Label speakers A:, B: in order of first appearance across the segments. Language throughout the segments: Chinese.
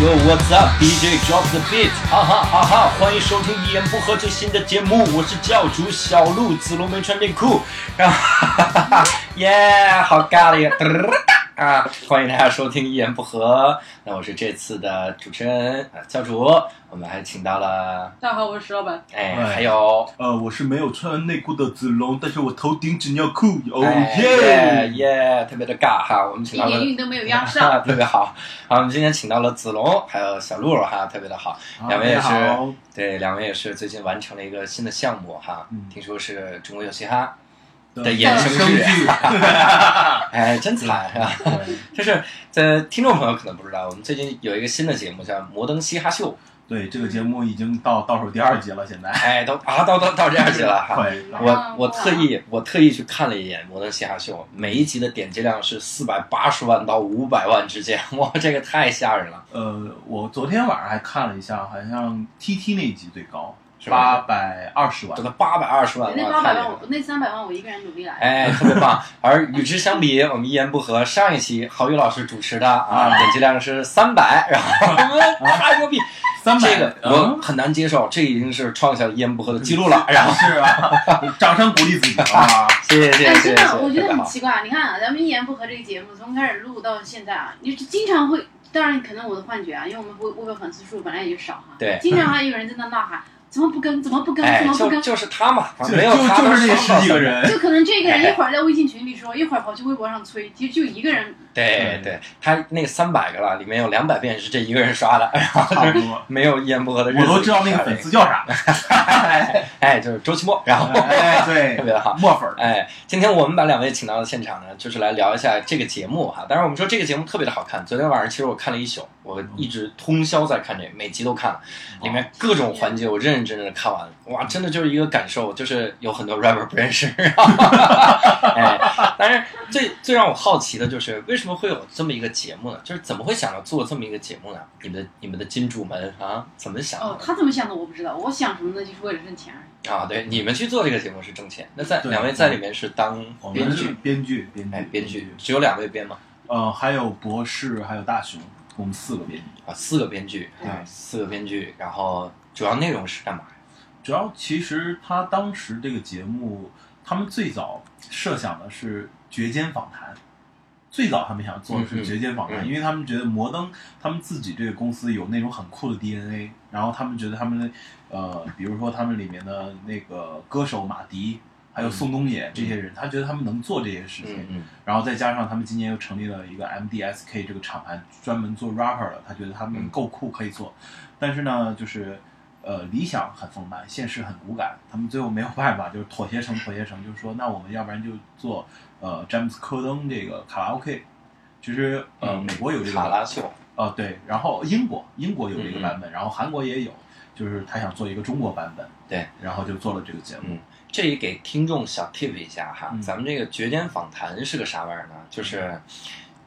A: Yo, what's up? DJ drop the beat，哈哈哈哈！欢迎收听一言不合最新的节目，我是教主小鹿，子龙没穿内裤，然后哈哈哈哈，耶，好尬的一个嘚儿啊！欢迎大家收听一言不合，那我是这次的主持人啊教主，我们还请到了，
B: 大家好，我是石老板。
A: 哎，
C: 哎
A: 还有，
C: 呃，我是没有穿内裤的子龙，但是我头顶纸尿裤，哦
A: 哎耶
C: 耶！
A: 耶，特别的尬哈，我们
B: 一
A: 请到了
B: 点。运都没有压
A: 啊，
B: 上，
A: 特别好。好，我们今天请到了子龙，还有小鹿哈，特别的好。
C: 好
A: 两位也是
C: 大家好，
A: 对，两位也是最近完成了一个新的项目哈，
C: 嗯
A: 听说是中国有嘻哈的
C: 的
A: 衍生剧，
C: 剧，
A: 哎，真惨是吧？
C: 对
A: 就是在听众朋友可能不知道，我们最近有一个新的节目叫《摩登嘻哈秀》，
C: 对，这个节目已经到倒数第二集了，现在
A: 哎，都啊，到到到这样去了哈。
C: 快了
A: 我我
B: 哇
A: 特意我特意去看了一眼《摩登嘻哈秀》，每一集的点击量是四百八十万到五百万之间，哇，这个太吓人了，
C: 呃，我昨天晚上还看了一下，好像 TT 那一集最高，
A: 是吧？
C: 八百二十万
A: 这。个八百二十万，
B: 那
A: 哇
B: 八
A: 太
B: 百
A: 厉害
B: 万
A: 了
B: 我那三百万我一个人努力来的。
A: 哎，特别棒。而与之相比，我们一言不合，上一期郝宇老师主持的啊，
C: 啊
A: 点击量是三百，然后我们大牛逼，
C: 三百嗯
A: 这个我很难接受，这已经是创下一言不合的记录了。然后，
C: 是啊， 掌声鼓励自己 啊！
A: 谢谢谢谢
B: 哎，
A: 谢谢，
B: 真的，我觉
A: 特别
B: 得很
A: 好。
B: 奇怪。你看啊，咱们一言不合这个节目从开始录到现在啊，你就经常会，当然可能我的幻觉啊，因为我们微微博粉丝数本来也就少哈。
A: 对
B: 经常还有人在那呐喊，怎么不更？怎么不更？
A: 哎
B: 怎，么不
A: 就
B: 更？
A: 就是他嘛，
C: 就
A: 没有
C: 就
A: 他
C: 就是
A: 能
C: 那
A: 上
C: 十几
A: 到
C: 个人，
B: 就可能这个
A: 哎
B: 人一会儿在微信群里说，一会儿跑去微博上催，其实就一个人。
A: 对
C: 嗯
A: 对，他那个三百个了，里面有两百遍是这一个人刷的，然后
C: 差
A: 就
C: 不
A: 是
C: 多。
A: 没有一言不合的日
C: 我
A: 子。
C: 都知道那个粉丝叫 啥，
A: 哎，就是周奇墨，然后
C: 哎，对
A: 特，别的好。
C: 墨粉儿，
A: 哎，今天我们把两位请到了现场呢，就是来聊一下这个节目哈。当然，我们说这个节目特别的好看。昨天晚上其实我看了一宿，我一直通宵在看这，每集都看了，里面各种环节我认认真真的看完了。哇，真的就是一个感受，就是有很多 rapper 不认识。 哎，但是最最让我好奇的就是，为什么会有这么一个节目呢？就是怎么会想到做这么一个节目呢？你们的你们的金主们啊，怎么想的
B: 哦，他怎么想的我不知道，我想什么呢？就是为了挣钱而已。
A: 啊？对，你们去做这个节目是挣钱，那在
C: 对
A: 两位在里面是当
C: 我
A: 编
C: 们
A: 剧
C: 是。编剧，编
A: 哎
C: 剧，，
A: 编剧只有两位编嘛？
C: 呃，还有博士，还有大熊，我们四个编辑。
A: 啊，四个编剧，
C: 对
A: 四个编剧，然后主要内容是干嘛呀？
C: 主要其实他当时这个节目，他们最早设想的是绝间访谈，最早他们想做的
A: 嗯嗯
C: 是绝间访谈，
A: 嗯
C: 因为他们觉得摩登他们自己这个公司有那种很酷的 DNA，然后他们觉得他们的呃，比如说他们里面的那个歌手马迪。还有宋冬野这些人，他觉得他们能做这些事情，
A: 嗯嗯
C: 然后再加上他们今年又成立了一个 MDSK 这个厂牌，专门做 rapper 的，他觉得他
A: 嗯
C: 们够酷可以做，但是呢，就是呃理想很丰满，现实很骨感，他们最后没有办法，就是妥协成妥协成，就是说那我们要不然就做呃詹姆斯科登这个卡拉 OK，其实呃、
A: 嗯
C: 美国有这个
A: 卡拉嗯秀，
C: 呃，对，然后英国英国有这个版本，然后韩国也有，就是他想做一个中国版本，
A: 对，
C: 然后就做了这个节目。
A: 嗯这里给听众小 tip 一下哈，
C: 嗯
A: 咱们这个绝间访谈是个啥玩意儿呢？就是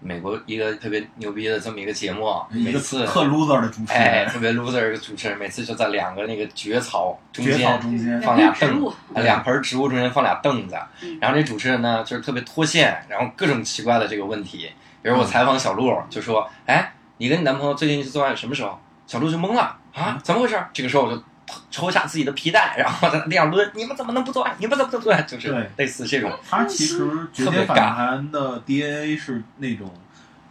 A: 美国一个特别牛逼的这么一个节目，
C: 一
A: 嗯每
C: 个
A: 次
C: 特 loser 的主持
A: 哎
C: 人，
A: 特别 loser 的主持人，每次就在两个那个蕨草中
C: 绝草
A: 间。
C: 中间，
A: 放俩
B: 两根植
A: 凳
B: 物，
A: 啊两盆植物中间放俩凳子，
B: 嗯
A: 然后这主持人呢，就是特别脱线，然后各种奇怪的这个问题。比如
C: 嗯
A: 我采访小鹿，就说：“哎，你跟你男朋友最近一次做爱什么时候？”小鹿就懵了
C: 嗯
A: 啊，怎么回事？这个时候我就抽下自己的皮带，然后在那样抡：“你们怎么能不做爱？你们怎么能不做爱？”就是
C: 对
A: 类似这种。
C: 他其实绝
A: 特别
C: 间
A: 尬
C: 反弹的 DNA 是那种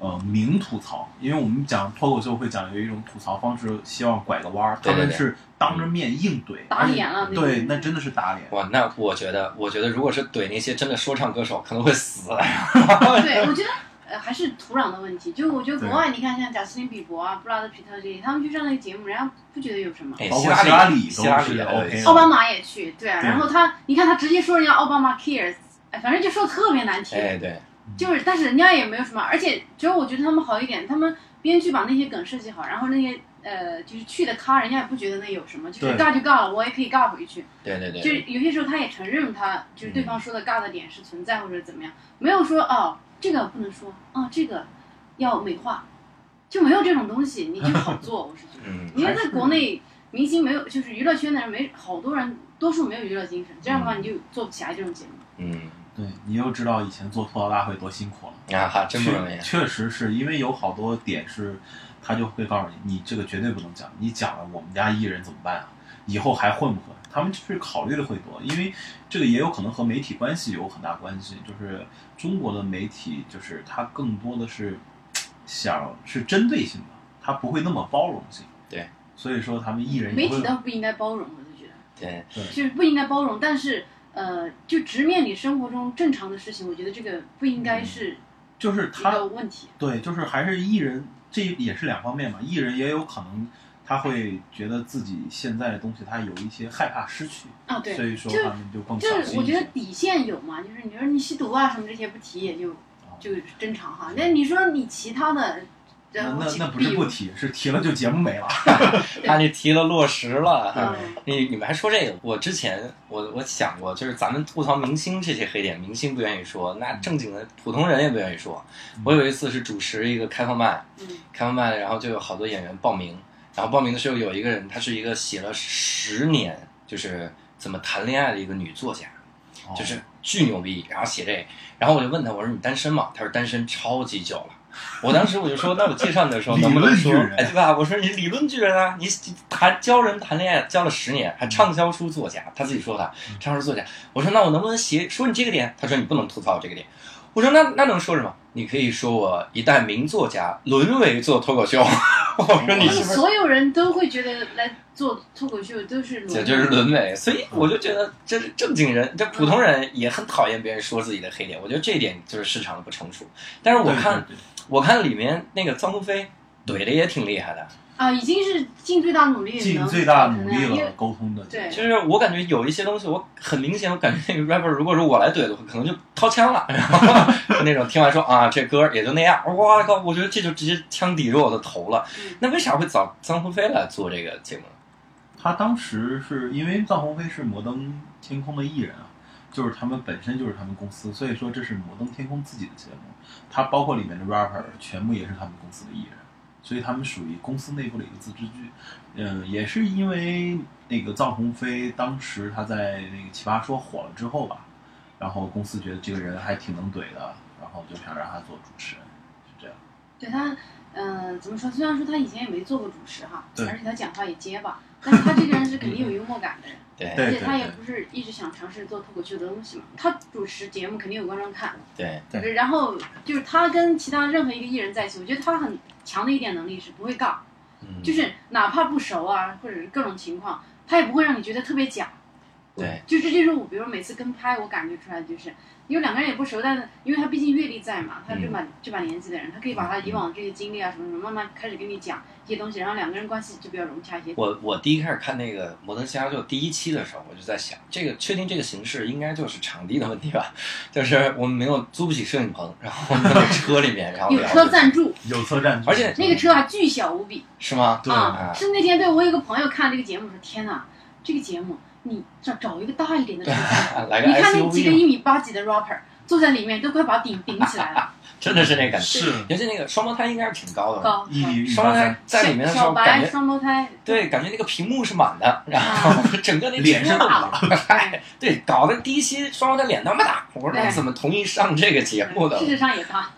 C: 呃明吐槽，因为我们讲脱口秀会讲有一种吐槽方式，希望拐个弯儿，
A: 对
C: 他
A: 对
C: 们是当着面硬怼，
B: 打脸了
C: 而且
B: 那
C: 对
B: 种，
C: 那真的是打脸。
A: 哇，那我觉得，我觉得如果是怼那些真的说唱歌手，可能会死。
B: 对，我觉得呃还是土壤的问题。就我觉得国
C: 对
B: 外，你看像贾斯汀比伯啊、布拉德皮特这些，他们去上那个节目，人家不觉得有什么。
A: 哎
C: 包括
A: 希
C: 希
A: 拉
C: 拉
A: 里
C: 里
A: 希拉里
C: 都是
A: 也
C: OK 的
B: 奥巴马也去，对啊。
C: 对
B: 然后他，你看他直接说人家奥巴马 cares，哎反正就说得特别难听。
A: 哎，对，
B: 就是，但是人家也没有什么，而且主要我觉得他们好一点，他们编剧把那些梗设计好，然后那些呃就是去的咖，人家也不觉得那有什么，就是
C: 对
B: 尬就尬了，我也可以尬回去。
A: 对对对
B: 就是
A: 对，
B: 有些时候他也承认他就是对
C: 嗯
B: 方说的尬的点是存在或者怎么样，没有说哦这个不能说哦这个要美化，就没有这种东西，你就 好做。我是觉得，
A: 嗯，
B: 因为在国内明星没有，
C: 嗯
B: 就是娱乐圈的人没好多人，多数没有娱乐精神，这样的话你就做不起来这种节目。
A: 嗯，
C: 对你又知道以前做吐槽大会多辛苦了。
A: 啊哈，真不容易
C: 确。确实是因为有好多点是，他就会告诉你，你这个绝对不能讲，你讲了我们家艺人怎么办啊？以后还混不混？他们就是考虑的会多，因为这个也有可能和媒体关系有很大关系。就是中国的媒体，就是它更多的是想是针对性的，它不会那么包容性。
A: 对，
C: 所以说他们艺人
B: 媒
C: 也会
B: 体倒不应该包容，我就觉得
A: 对，
B: 就是不应该包容，但是呃，就直面你生活中正常的事情，我觉得这个不应该是
C: 就是
B: 一
C: 嗯他
B: 个问题。
C: 对，就是还是艺人，这也是两方面嘛。艺人也有可能他会觉得自己现在的东西，他有一些害怕失去，
B: 啊，对，
C: 所以说
B: 就
C: 他们就更
B: 就
C: 小
B: 是
C: 心
B: 我
C: 一
B: 觉得
C: 些。
B: 底线有嘛，就是你说你吸毒啊什么这些不提也就
C: 啊
B: 就正常哈。那你说你其他的，
C: 那
B: 然后
C: 那
B: 其
C: 那不
B: 比
C: 是
B: 如
C: 不提，是提了就节目没了。
A: 他这提了落实了。
C: 对
B: 嗯
A: 哈你你们还说这个？我之前我我想过，就是咱们吐槽明星这些黑点，明星不愿意说，那正经的普通人也不愿意说。我有一次是主持一个开放麦，
B: 嗯
A: 开放麦，然后就有好多演员报名，然后报名的时候有一个人，她是一个写了十年，就是怎么谈恋爱的一个女作家，
C: 哦
A: 就是巨牛逼，然后写这，然后我就问她，我说你单身吗？她说单身超级久了。我当时我就 说，那我介绍你的时候能不能说
C: 理论巨，人
A: 哎，对吧？我说你理论巨人啊，你谈教人谈恋爱教了十年，还畅销书作家，他自己说的
C: 嗯
A: 畅销书作家。我说那我能不能写说你这个点？他说你不能吐槽我这个点。我说那那能说什么？你可以说我一代名作家沦为做脱口秀。 我说你
B: 因为
A: 是不是
B: 嗯所有人都会觉得来做脱口秀都是
A: 这
B: 裸
A: 就是沦为？所以
B: 嗯
A: 我就觉得这是正经人，这普通人也很讨厌别人说自己的黑点。我觉得这一点就是市场的不成熟。但是我
C: 对
A: 看
B: 嗯
C: 对对
A: 我看里面那个臧鸿飞怼的也挺厉害的，
B: 啊，已经是尽最大努力，
C: 尽
B: 能
C: 最大
B: 能
C: 努
B: 那
C: 力
B: 样因
C: 了
B: 为
C: 沟通的，
B: 对
A: 就是我感觉有一些东西，我很明显，我感觉那个 rapper 如果是我来怼的话，可能就掏枪 了，然后就那种听完说啊，这歌也就那样，我靠，我觉得这就直接枪抵着我的头了
B: 嗯。
A: 那为啥会找臧鸿飞来做这个节目？
C: 他当时是因为臧鸿飞是摩登天空的艺人啊，就是他们本身就是他们公司，所以说这是摩登天空自己的节目，它包括里面的 rapper 全部也是他们公司的艺人，所以他们属于公司内部的一个自制剧。嗯、也是因为那个臧鸿飞当时他在那个奇葩说火了之后吧，然后公司觉得这个人还挺能怼的，然后就想让他做主持人，是这样。
B: 对他，呃，怎么说？虽然说他以前也没做过主持哈，
C: 对嗯
B: 而且他讲话也结巴，但是他这个人是肯定有幽默感的人。
A: 对
C: 对
B: 而且他也不是一直想尝试做脱口秀的东西嘛，他主持节目肯定有观众看，
A: 对
C: 对
B: 然后就是他跟其他任何一个艺人在一起，我觉得他很强的一点能力是不会尬，
A: 嗯
B: 就是哪怕不熟啊，或者是各种情况，他也不会让你觉得特别假。
A: 对，
B: 就这就是我，比如每次跟拍，我感觉出来就是，因为两个人也不熟，但是因为他毕竟阅历在嘛，他
A: 嗯
B: 这把、这把年纪的人，他可以把他以往这些经历啊什么什么，慢慢开始跟你讲一些东西，然后两个人关系就比较融洽一些。
A: 我我第一开始看那个《摩登家秀》第一期的时候，我就在想，这个确定这个形式应该就是场地的问题吧，就是我们没有租不起摄影棚，然后我们在车里面，然后
B: 有
A: 聊
B: 车赞
A: 嗯
B: 助，
C: 有车站，
A: 而且
B: 那个车啊巨小无比，
A: 是吗？
C: 对
B: 啊
A: 啊，
B: 是那天对我有个朋友看这个节目说，天哪，这个节目你找找一个大一点的车
A: 啊
B: 站，
A: 来个
B: 你看那几个
A: SUV，
B: 一米八几的 rapper 坐在里面都快把顶顶起 来了，
A: 真的是那感觉。
C: 是
A: 尤其那个双胞胎应该是挺高的吧，
B: 高
C: 一米一米
A: 双胞
C: 八三
A: 胎。 在里面的时
B: 小
A: 候感
B: 白
A: 觉
B: 双胞胎，啊
A: 对，感觉那个屏幕是满的，然 后整个那
C: 脸
A: 屏幕
C: 上
B: 大了，
A: 哎，对，搞得第一期双胞胎脸那么大，我说那
B: 对
A: 怎么同意上这个节目的
B: 事？实上也大，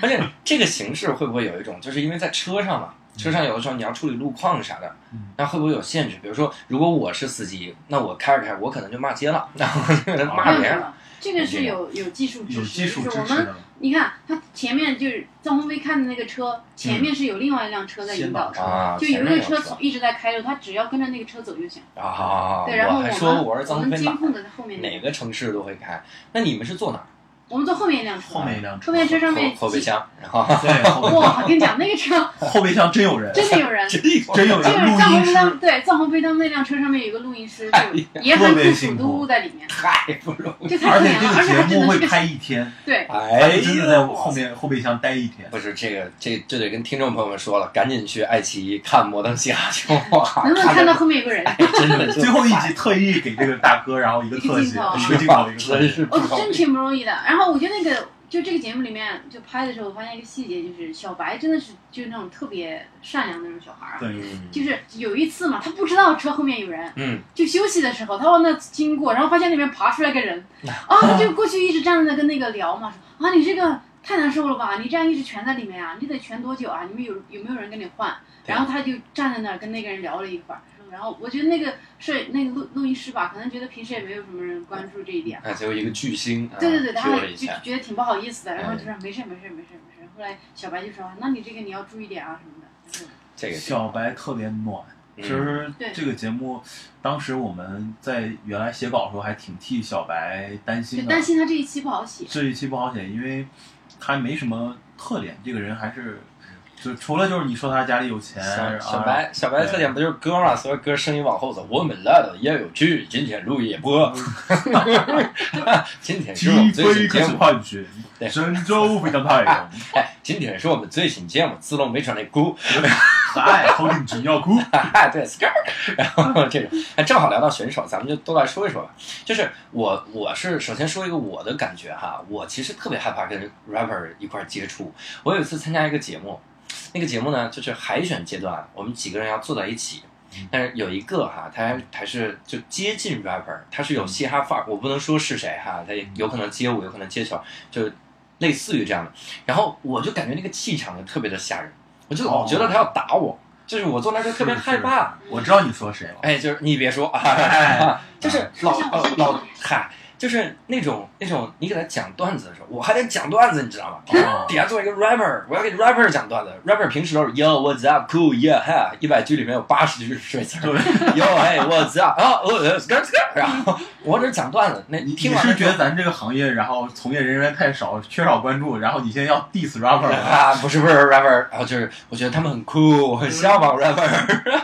A: 而且这个形式会不会有一种，就是因为在车上嘛，车上有的时候你要处理路况啥的
C: 嗯，
A: 那会不会有限制？比如说，如果我是司机，那我开着开着，我可能就骂街了，然后就
B: 没
A: 骂
B: 有
A: 别
B: 没
C: 啊
A: 人了。
B: 有，这个是有有技术支
C: 有
B: 持，
C: 技术
B: 就
C: 支
B: 是我
C: 持
B: 们
C: 的，
B: 你看他前面就是张鸿飞看的那个车，前面是有另外一辆车在引导
C: 先导
B: 他，
A: 啊，
B: 就有那个
A: 前面
B: 车从一直在开着，他只要跟着那个车走就行。
A: 啊，
B: 对，然后
A: 我还
B: 们
A: 说
B: 我
A: 我是张
B: 们
A: 飞
B: 监
A: 哪
B: 控的在后面那
A: 哪
B: 个，
A: 个城市都会开，那你们是坐哪儿？
B: 我们坐后面一辆车，
C: 后面一辆
B: 嗯
C: 车，
B: 后面车上
A: 后
B: 面
A: 后备
B: 几
A: 箱，然后
C: 对，后面
B: 哇，我跟你 讲，那个车
C: 后备箱真有人，
B: 真的有人，就
A: 真有
C: 真有
B: 是
C: 人录
B: 藏
C: 音
B: 红飞他
C: 师
B: 们，对藏红飞他们那辆车上面有个录音师，就也
C: 特
B: 很
C: 别
B: 酷
C: 辛
B: 暑
C: 苦
B: 都在里 面，
A: 太不容易。
B: 就太
C: 而
B: 可
C: 且
B: 怜了，啊而
C: 这
B: 且
C: 个
B: 还
C: 节
B: 真
C: 目
B: 的
C: 会
B: 是个
C: 拍一天，
B: 对，
C: 他
A: 哎
C: 们
A: 呦，
C: 真的在后面后备箱待一天。
A: 不是这个，这这得跟听众朋友们说了，赶紧去爱奇艺看《摩登西亚秀》哇，
B: 能不能看到
A: 着
B: 后面有个人？
A: 哎真的 就
C: 最后一集特意给这个大哥，然后一个特
B: 一个镜头，
C: 写一个镜头一个特
A: 真
C: 写。
A: 是不
B: 哦，
A: 容
B: 真
A: 易。
B: 挺不容易的。然后我觉得那个就这个节目里面，就拍的时候，我发现一个细节，就是小白真的是就是那种特别善良的那种小孩儿。啊
C: 对，
A: 嗯，
B: 就是有一次嘛，他不知道车后面有人，
A: 嗯，
B: 就休息的时候，他往那经过，然后发现那边爬出来个 人，啊，他就过去一直站在那跟那个聊嘛，说啊你这个太难受了吧，你这样一直蜷在里面啊，你得蜷多久啊？你们有有没有人跟你换？
A: 对
B: 然后他就站在那儿跟那个人聊了一会儿，然后我觉得那个摄那个录录音师吧，可能觉得平时也没有什么人关注这一点，
A: 啊，结果一个巨星，啊
B: 对对对，
A: 踢
B: 他
A: 我
B: 还
A: 了一
B: 就
A: 下，
B: 觉得挺不好意思的，然后
A: 嗯
B: 就说没事儿没事儿没事儿没事儿。后来小白就说，啊那你这个你要注意点啊什么的，就是
A: 这个
C: 小白特别暖。
A: 嗯
C: 其实
B: 对
C: 这个节目，当时我们在原来写稿的时候还挺替小白担心
B: 就
C: 的，
B: 担心他这一期不好写。
C: 这一期不好写，因为他没什么特点，这个人还是就除了就是你说他家里有钱，
A: 小
C: 然后
A: 小白小白的特点不就是歌嘛？所有歌声音往后走。我们来了也有趣，今天录也播。 今天是我
C: 嗯鸡
A: 们最新
C: 飞可
A: 节
C: 是
A: 目，
C: 幻觉
A: 对，
C: 神州非常 太阳，
A: 哎，今天是我们最新节目，自动没穿内裤。
C: 哎，头顶紧要哭，
A: 啊， 对，skirt，然后这种，哎，正好聊到选手，咱们就都来说一说吧。就是我，我是首先说一个我的感觉哈，我其实特别害怕跟 rapper 一块儿接触。我有一次参加一个节目，那个节目呢，就是海选阶段，我们几个人要坐在一起
C: 嗯。
A: 但是有一个哈，他还还是就接近 rapper，他是有嘻哈范儿，我不能说是谁哈，他也有可能街舞，有可能街球，就类似于这样的。然后我就感觉那个气场就特别的吓人，我就老觉得他要打我，就是我坐那儿就特别害怕。
C: 是。是我知道你说谁了，
A: 哎，就是你别说
C: 哎
A: 啊，就是老呃老嗨，就是那种那种你给他讲段子的时候，我还得讲段子，你知道吗？
C: 哦
A: 底下做一个 rapper，我要给 rapper 讲段子。rapper 平时都是 Yo what's up cool yeah hi，一百句里面有八十句是水词儿。
C: 对
A: Yo hey what's up 啊哦呃 skirt skirt，然后我这讲段子，那
C: 你
A: 听
C: 你
A: 完
C: 是
A: 了之
C: 觉
A: 后
C: 得咱这个行业，然后从业人员太少，缺少关注，然后你现在要 diss rapper 了，
A: 啊不是不是 rapper，然后就是我觉得他们很酷，我很向往 rapper，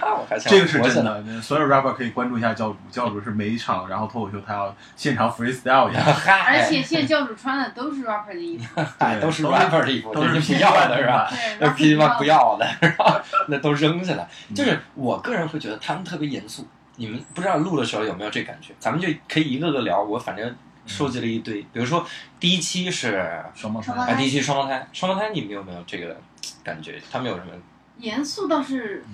A: 我 还想
C: 这个是
A: 活下
C: 真
A: 来。
C: 的。所有 rapper 可以关注一下教主，教主是每一场然后脱口秀他要现场 freestyle 一下，
A: 嗨，
B: 而且现在教主穿的都是 rapper 的衣服，
A: 哎
C: 对
A: 都是
C: 都是
A: rapper 的衣服，
C: 都是
A: 你不要的是吧？
B: 对，
A: 那
B: rapper
A: 噼里啪啦不
B: 的
A: 要 的，然后那都扔下来。
C: 嗯
A: 就是我个人会觉得他们特别严肃，你们不知道录的时候有没有这感觉？咱们就可以一个个聊，我反正收集了一堆。比如说第一期是啊，
C: 双胞
B: 双胞
C: 胎
B: 胎。
A: 第一期双胞胎，双胞胎你们有没有这个感觉？他们有什么？
B: 严肃倒是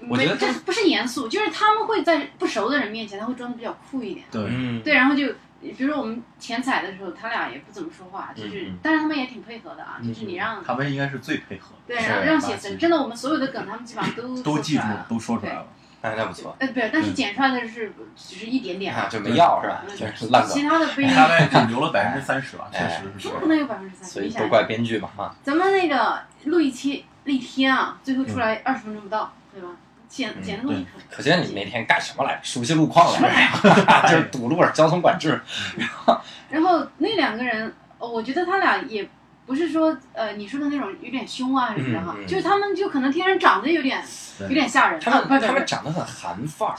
C: 没有
A: 我
B: 没
A: 觉得
B: 有，这不是严肃，就是他们会在不熟的人面前，他会装的比较酷一点。
C: 对，
A: 嗯，
B: 对，然后就比如我们前采的时候，他俩也不怎么说话，就是
A: 嗯嗯，
B: 但是他们也挺配合的啊，
A: 嗯
B: 就是你让
C: 他们应该是最配合
B: 对，
A: 是
B: 然后让写
C: 垃圾
B: 真，真的我们所有的梗他们基本上都
C: 的，都
B: 做
C: 记
B: 出
C: 住
B: 来
C: 了，
B: 了。
C: 都说出来了。
A: 哎，那不错，
B: 呃，对，但是
C: 嗯
B: 剪出来的是只是一点点
A: 啊，
B: 啊，
A: 就没要是吧？就是烂
B: 其
A: 梗，
B: 他的 不一
C: 大
B: 定。
C: 概只留了百分之三十吧，确
A: 哎
C: 实
B: 这
C: 是这样
B: 不。能有百分之三十，
A: 所以
B: 你
A: 都
B: 想
A: 怪
B: 想，
A: 编剧嘛啊哈。
B: 咱们那个录一期一天啊，最后出来二十分钟不到，对吧？剪
A: 嗯
B: 剪的东西
C: 对
B: 很
A: 可见你那天干什么来着？熟悉路况来 着，就是堵路、交通管制。
B: 然后那两个人，呃我觉得他俩也不是说呃你说的那种有点凶啊什么的哈，
A: 嗯嗯
B: 就是他们就可能天生长得有点
C: 对
B: 有点吓人。
A: 他
B: 啊不
A: 们
B: 不
A: 他们
B: 不，
A: 长得很韩范儿，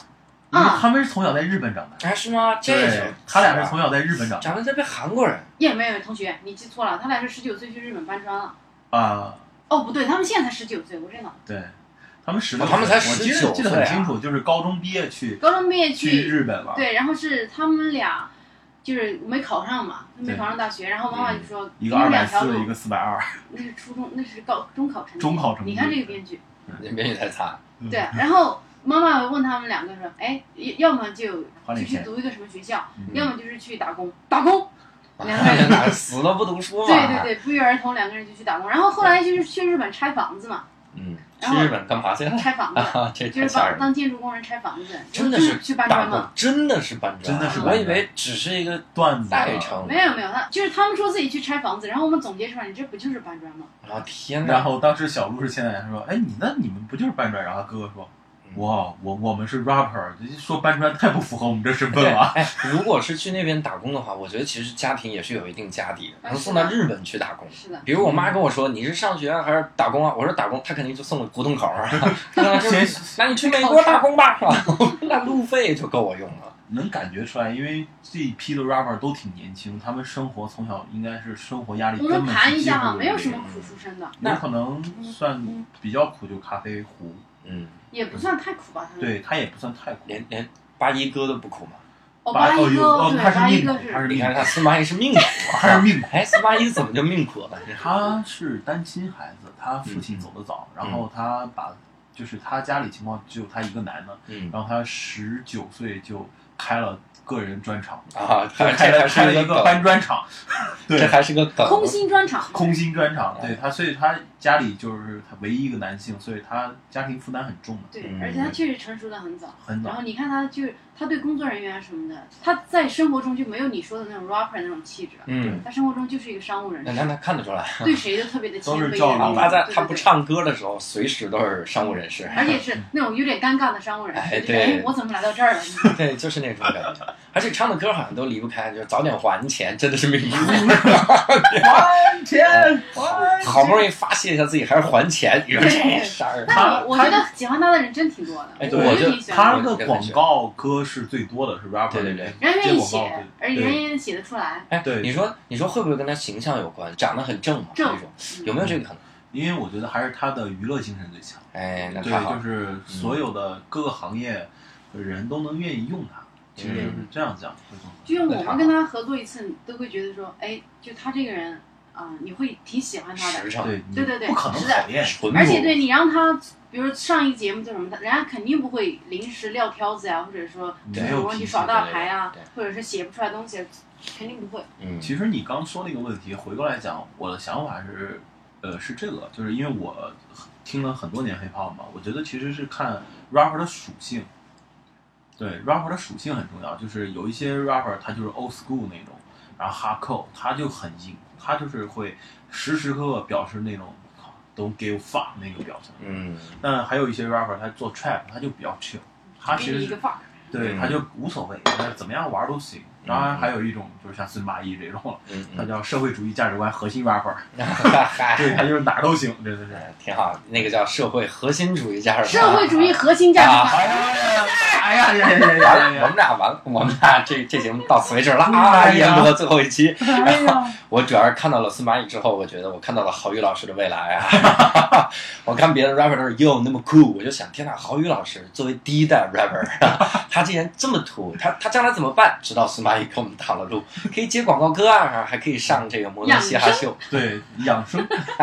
C: 因为
B: 啊
C: 他们是从小在日本长大，
A: 哎，是吗？这
C: 对
A: 是，
C: 他俩是从小在日本长大
A: 长得特别韩国人，
B: 也没有同学，你记错了，他俩是十九岁去日本搬砖了。
C: 啊。
B: 哦，不对，他们现在才十九岁，我这脑子。
C: 对，他们十六
A: 哦
C: 岁，
A: 他们才
C: 我记得
A: 19
C: 记得很
A: 岁啊
C: 清楚，就是高中毕业去
B: 高中毕业
C: 去
B: 去，
C: 日本了，
B: 对，然后是他们俩就是没考上嘛，没
C: 对嗯
B: 考上大学，然后妈妈就说
C: 一
B: 你
C: 个
B: 有
C: 二百
B: 两条
C: 四，一
B: 路，
C: 个四百二，
B: 那是初中，那是高中考成绩。
C: 中考成绩
B: 你看这个编剧。
A: 你别去太惨。
C: 嗯
B: 对，然后妈妈问他们两个说，哎，要要么就
C: 花
B: 就
C: 点
B: 去
C: 钱
B: 读一个什么学校，
C: 嗯
B: 要么就是去打工，打工。 两个人，
A: 哎哪死了不读书嘛？
B: 对对对，不约而同，两个人就去打工。然后后来就是去日本拆房子嘛，
A: 嗯，
B: 然
A: 去
B: 后
A: 日本干嘛去了？
B: 拆房子。
A: 啊，这太
B: 就是
A: 吓
B: 帮
A: 人了，
B: 当建筑工人拆房子，
A: 真的
B: 就是是去搬
A: 打
B: 砖
A: 工
B: 嘛。，
A: 真的是搬砖，
C: 真的是搬
A: 我
C: 砖
A: 以为只是一个
C: 段子啊
A: 代称，
B: 没有没有，他就是他们说自己去拆房子，然后我们总结出来，你这不就是搬砖吗？
A: 然后天哪，
C: 然后当时小鹿是现在说，哎，你那你们不就是搬砖？然后他哥哥说，
A: 嗯
C: 哇，我我们是 rapper，说搬砖太不符合我们这身份
A: 对
C: 了。
A: 哎，如果是去那边打工的话，我觉得其实家庭也是有一定家底的，能
B: 啊是
A: 送到
B: 吗
A: 日本去打工。
B: 是的，
A: 比如我妈跟我说你是上学啊还是打工啊，我说打工，她肯定就送我胡同口儿 啊，那就是那你去美国打工吧， 那路费就够我用了。
C: 能感觉出来，因为这一批的 rapper 都挺年轻，他们生活从小应该是生活压力
B: 我
C: 根本
B: 们
C: 是
B: 盘一
C: 几
B: 下
C: 乎
B: 哈，没有什么嗯苦出身的，
C: 有可能算比较苦，就咖啡壶，
A: 嗯，
B: 也不算太苦吧，他们。
C: 对他也不算太苦，
A: 连连八一哥都不苦嘛。
B: 哦，
C: 把
B: 八
C: 哦
B: 一
C: 有
B: 哥
C: 哦，
B: 对，
C: 他
B: 八一哥
C: 是命苦，他
B: 是
C: 是
A: 你
C: 命
A: 看
C: 苦
A: 看，司马懿是命苦，
C: 他是命苦。
A: 哎，司马懿怎么就命苦了？
C: 他嗯是单亲孩子，他父亲走得早，然后他把就是他家里情况只有他一个男的，
A: 嗯
C: 然后他十九岁就开了个人专场，
A: 啊，
C: 就
A: 还
C: 开
A: 这还
C: 了开
A: 是
C: 了一
A: 个
C: 个
A: 梗，
C: 搬砖厂， 对
A: 这，还是个梗。
B: 空心专场，
C: 空心专场，
A: 嗯
C: 对他，所以他家里就是他唯一一个男性，所以他家庭负担很重的，
B: 对
A: 嗯，
B: 而且他确实成熟的很早。
C: 很
B: 然
C: 早
B: 后。你看他就是他对工作人员啊什么的，他在生活中就没有你说的那种 rapper 那种气质了，
A: 嗯，
B: 他生活中就是一个商务人
A: 那
B: 士，
A: 那那看得出来，
B: 对谁都特别的谦
C: 都是
B: 卑
C: 照
B: 然
C: 顾
B: 后
A: 啊
B: 对
A: 他在
B: 对
A: 他不
B: 对
A: 唱歌的时候，随时都是商务人士，
B: 而且是那种有点尴尬的商务人
A: 哎
B: 士，就是
A: 对
B: 哎，我怎么来到这儿了？
A: 对，就是那种感觉。而且唱的歌好像都离不开，就是早点还钱，真的是命苦。
C: 还钱，还
A: 好不容易发泄一下自己，还是还钱，你说这事儿。
B: 但
C: 他
B: 我我
C: 他
B: 觉得喜欢他的人真挺多的，
A: 哎对
B: 我
A: 我
B: 觉
A: 就
B: 得挺喜欢
C: 他
B: 的。
C: 的广告歌是最多的，是 rapper
A: 对对对
B: 人家愿意
C: 接广告
B: 写，而
C: 对
B: 且
C: 对
B: 人家也写得出来，
A: 哎，
C: 对
A: 你说你说会不会跟他形象有关？长得很正嘛，
B: 正
A: 那种有没有这个可能？
C: 因为我觉得还是他的娱乐精神最强。
A: 哎，那
C: 对，
A: 太好
C: 就
A: 了。
C: 是所有的各个行业的人都能愿意用它，
A: 嗯
C: 其实就是这样讲会更好。
B: 就是我们跟他合作一次，你都会觉得说，哎，就他这个人啊、你会挺喜欢他的
A: 时，尚，
C: 对，你
B: 对对对
C: 不可能讨厌。
A: 纯
B: 而且
A: 朴
B: 对你让他，比如上一节目做什么的，人家肯定不会临时撂挑子呀、或者说
C: 对
B: 有问题耍大牌啊
A: 对对，
B: 或者是写不出来东西，肯定不会。
A: 嗯，
C: 其实你刚说那个问题，回过来讲，我的想法是，呃，是这个，就是因为我听了很多年 hiphop 嘛，我觉得其实是看 rapper 的属性。对 rapper 的属性很重要，就是有一些 rapper 他就是 old school 那种，然后 hardcore 他就很硬，他就是会时时刻刻表示那种 don't give a fuck 那个表情。
A: 嗯，
C: 但还有一些 rapper 他做 trap 他就比较 chill，他其
B: 给
C: 实
B: 你一
C: 是啊
B: 个范儿，
C: 对
A: 嗯
C: 他就无所谓，他怎么样玩都行。
A: 嗯
C: 当然还有一种就是像司马懿这种，
A: 嗯
C: 他
A: 嗯，
C: 叫社会主义价值观核心 rapper，对
A: 嗨，
C: 他就是哪儿都行，真的是。
A: 挺好。那个叫社会核心主义价值
B: 社
A: 观，
B: 会主义核心价值观。
C: 哎呀哎呀哎呀哎呀哎 呀
A: 完
C: 哎
A: 了，我
C: 呀
A: 们俩完了，我们俩这这节目到此为止了啊！
C: 哎呀
A: 一言不合最后一期，
C: 哎呀！
A: 我主要是看到了司马懿之后，我觉得我看到了郝宇老师的未来啊！ 我看别的 rapper 都是 yo 那么酷，我就想天呐，郝宇老师作为第一代 rapper，他 竟然这么土，他他将来怎么办？直到司马懿给我们挡了路，可以接广告歌啊，还可以上这个摩登嘻哈秀，
C: 对养生，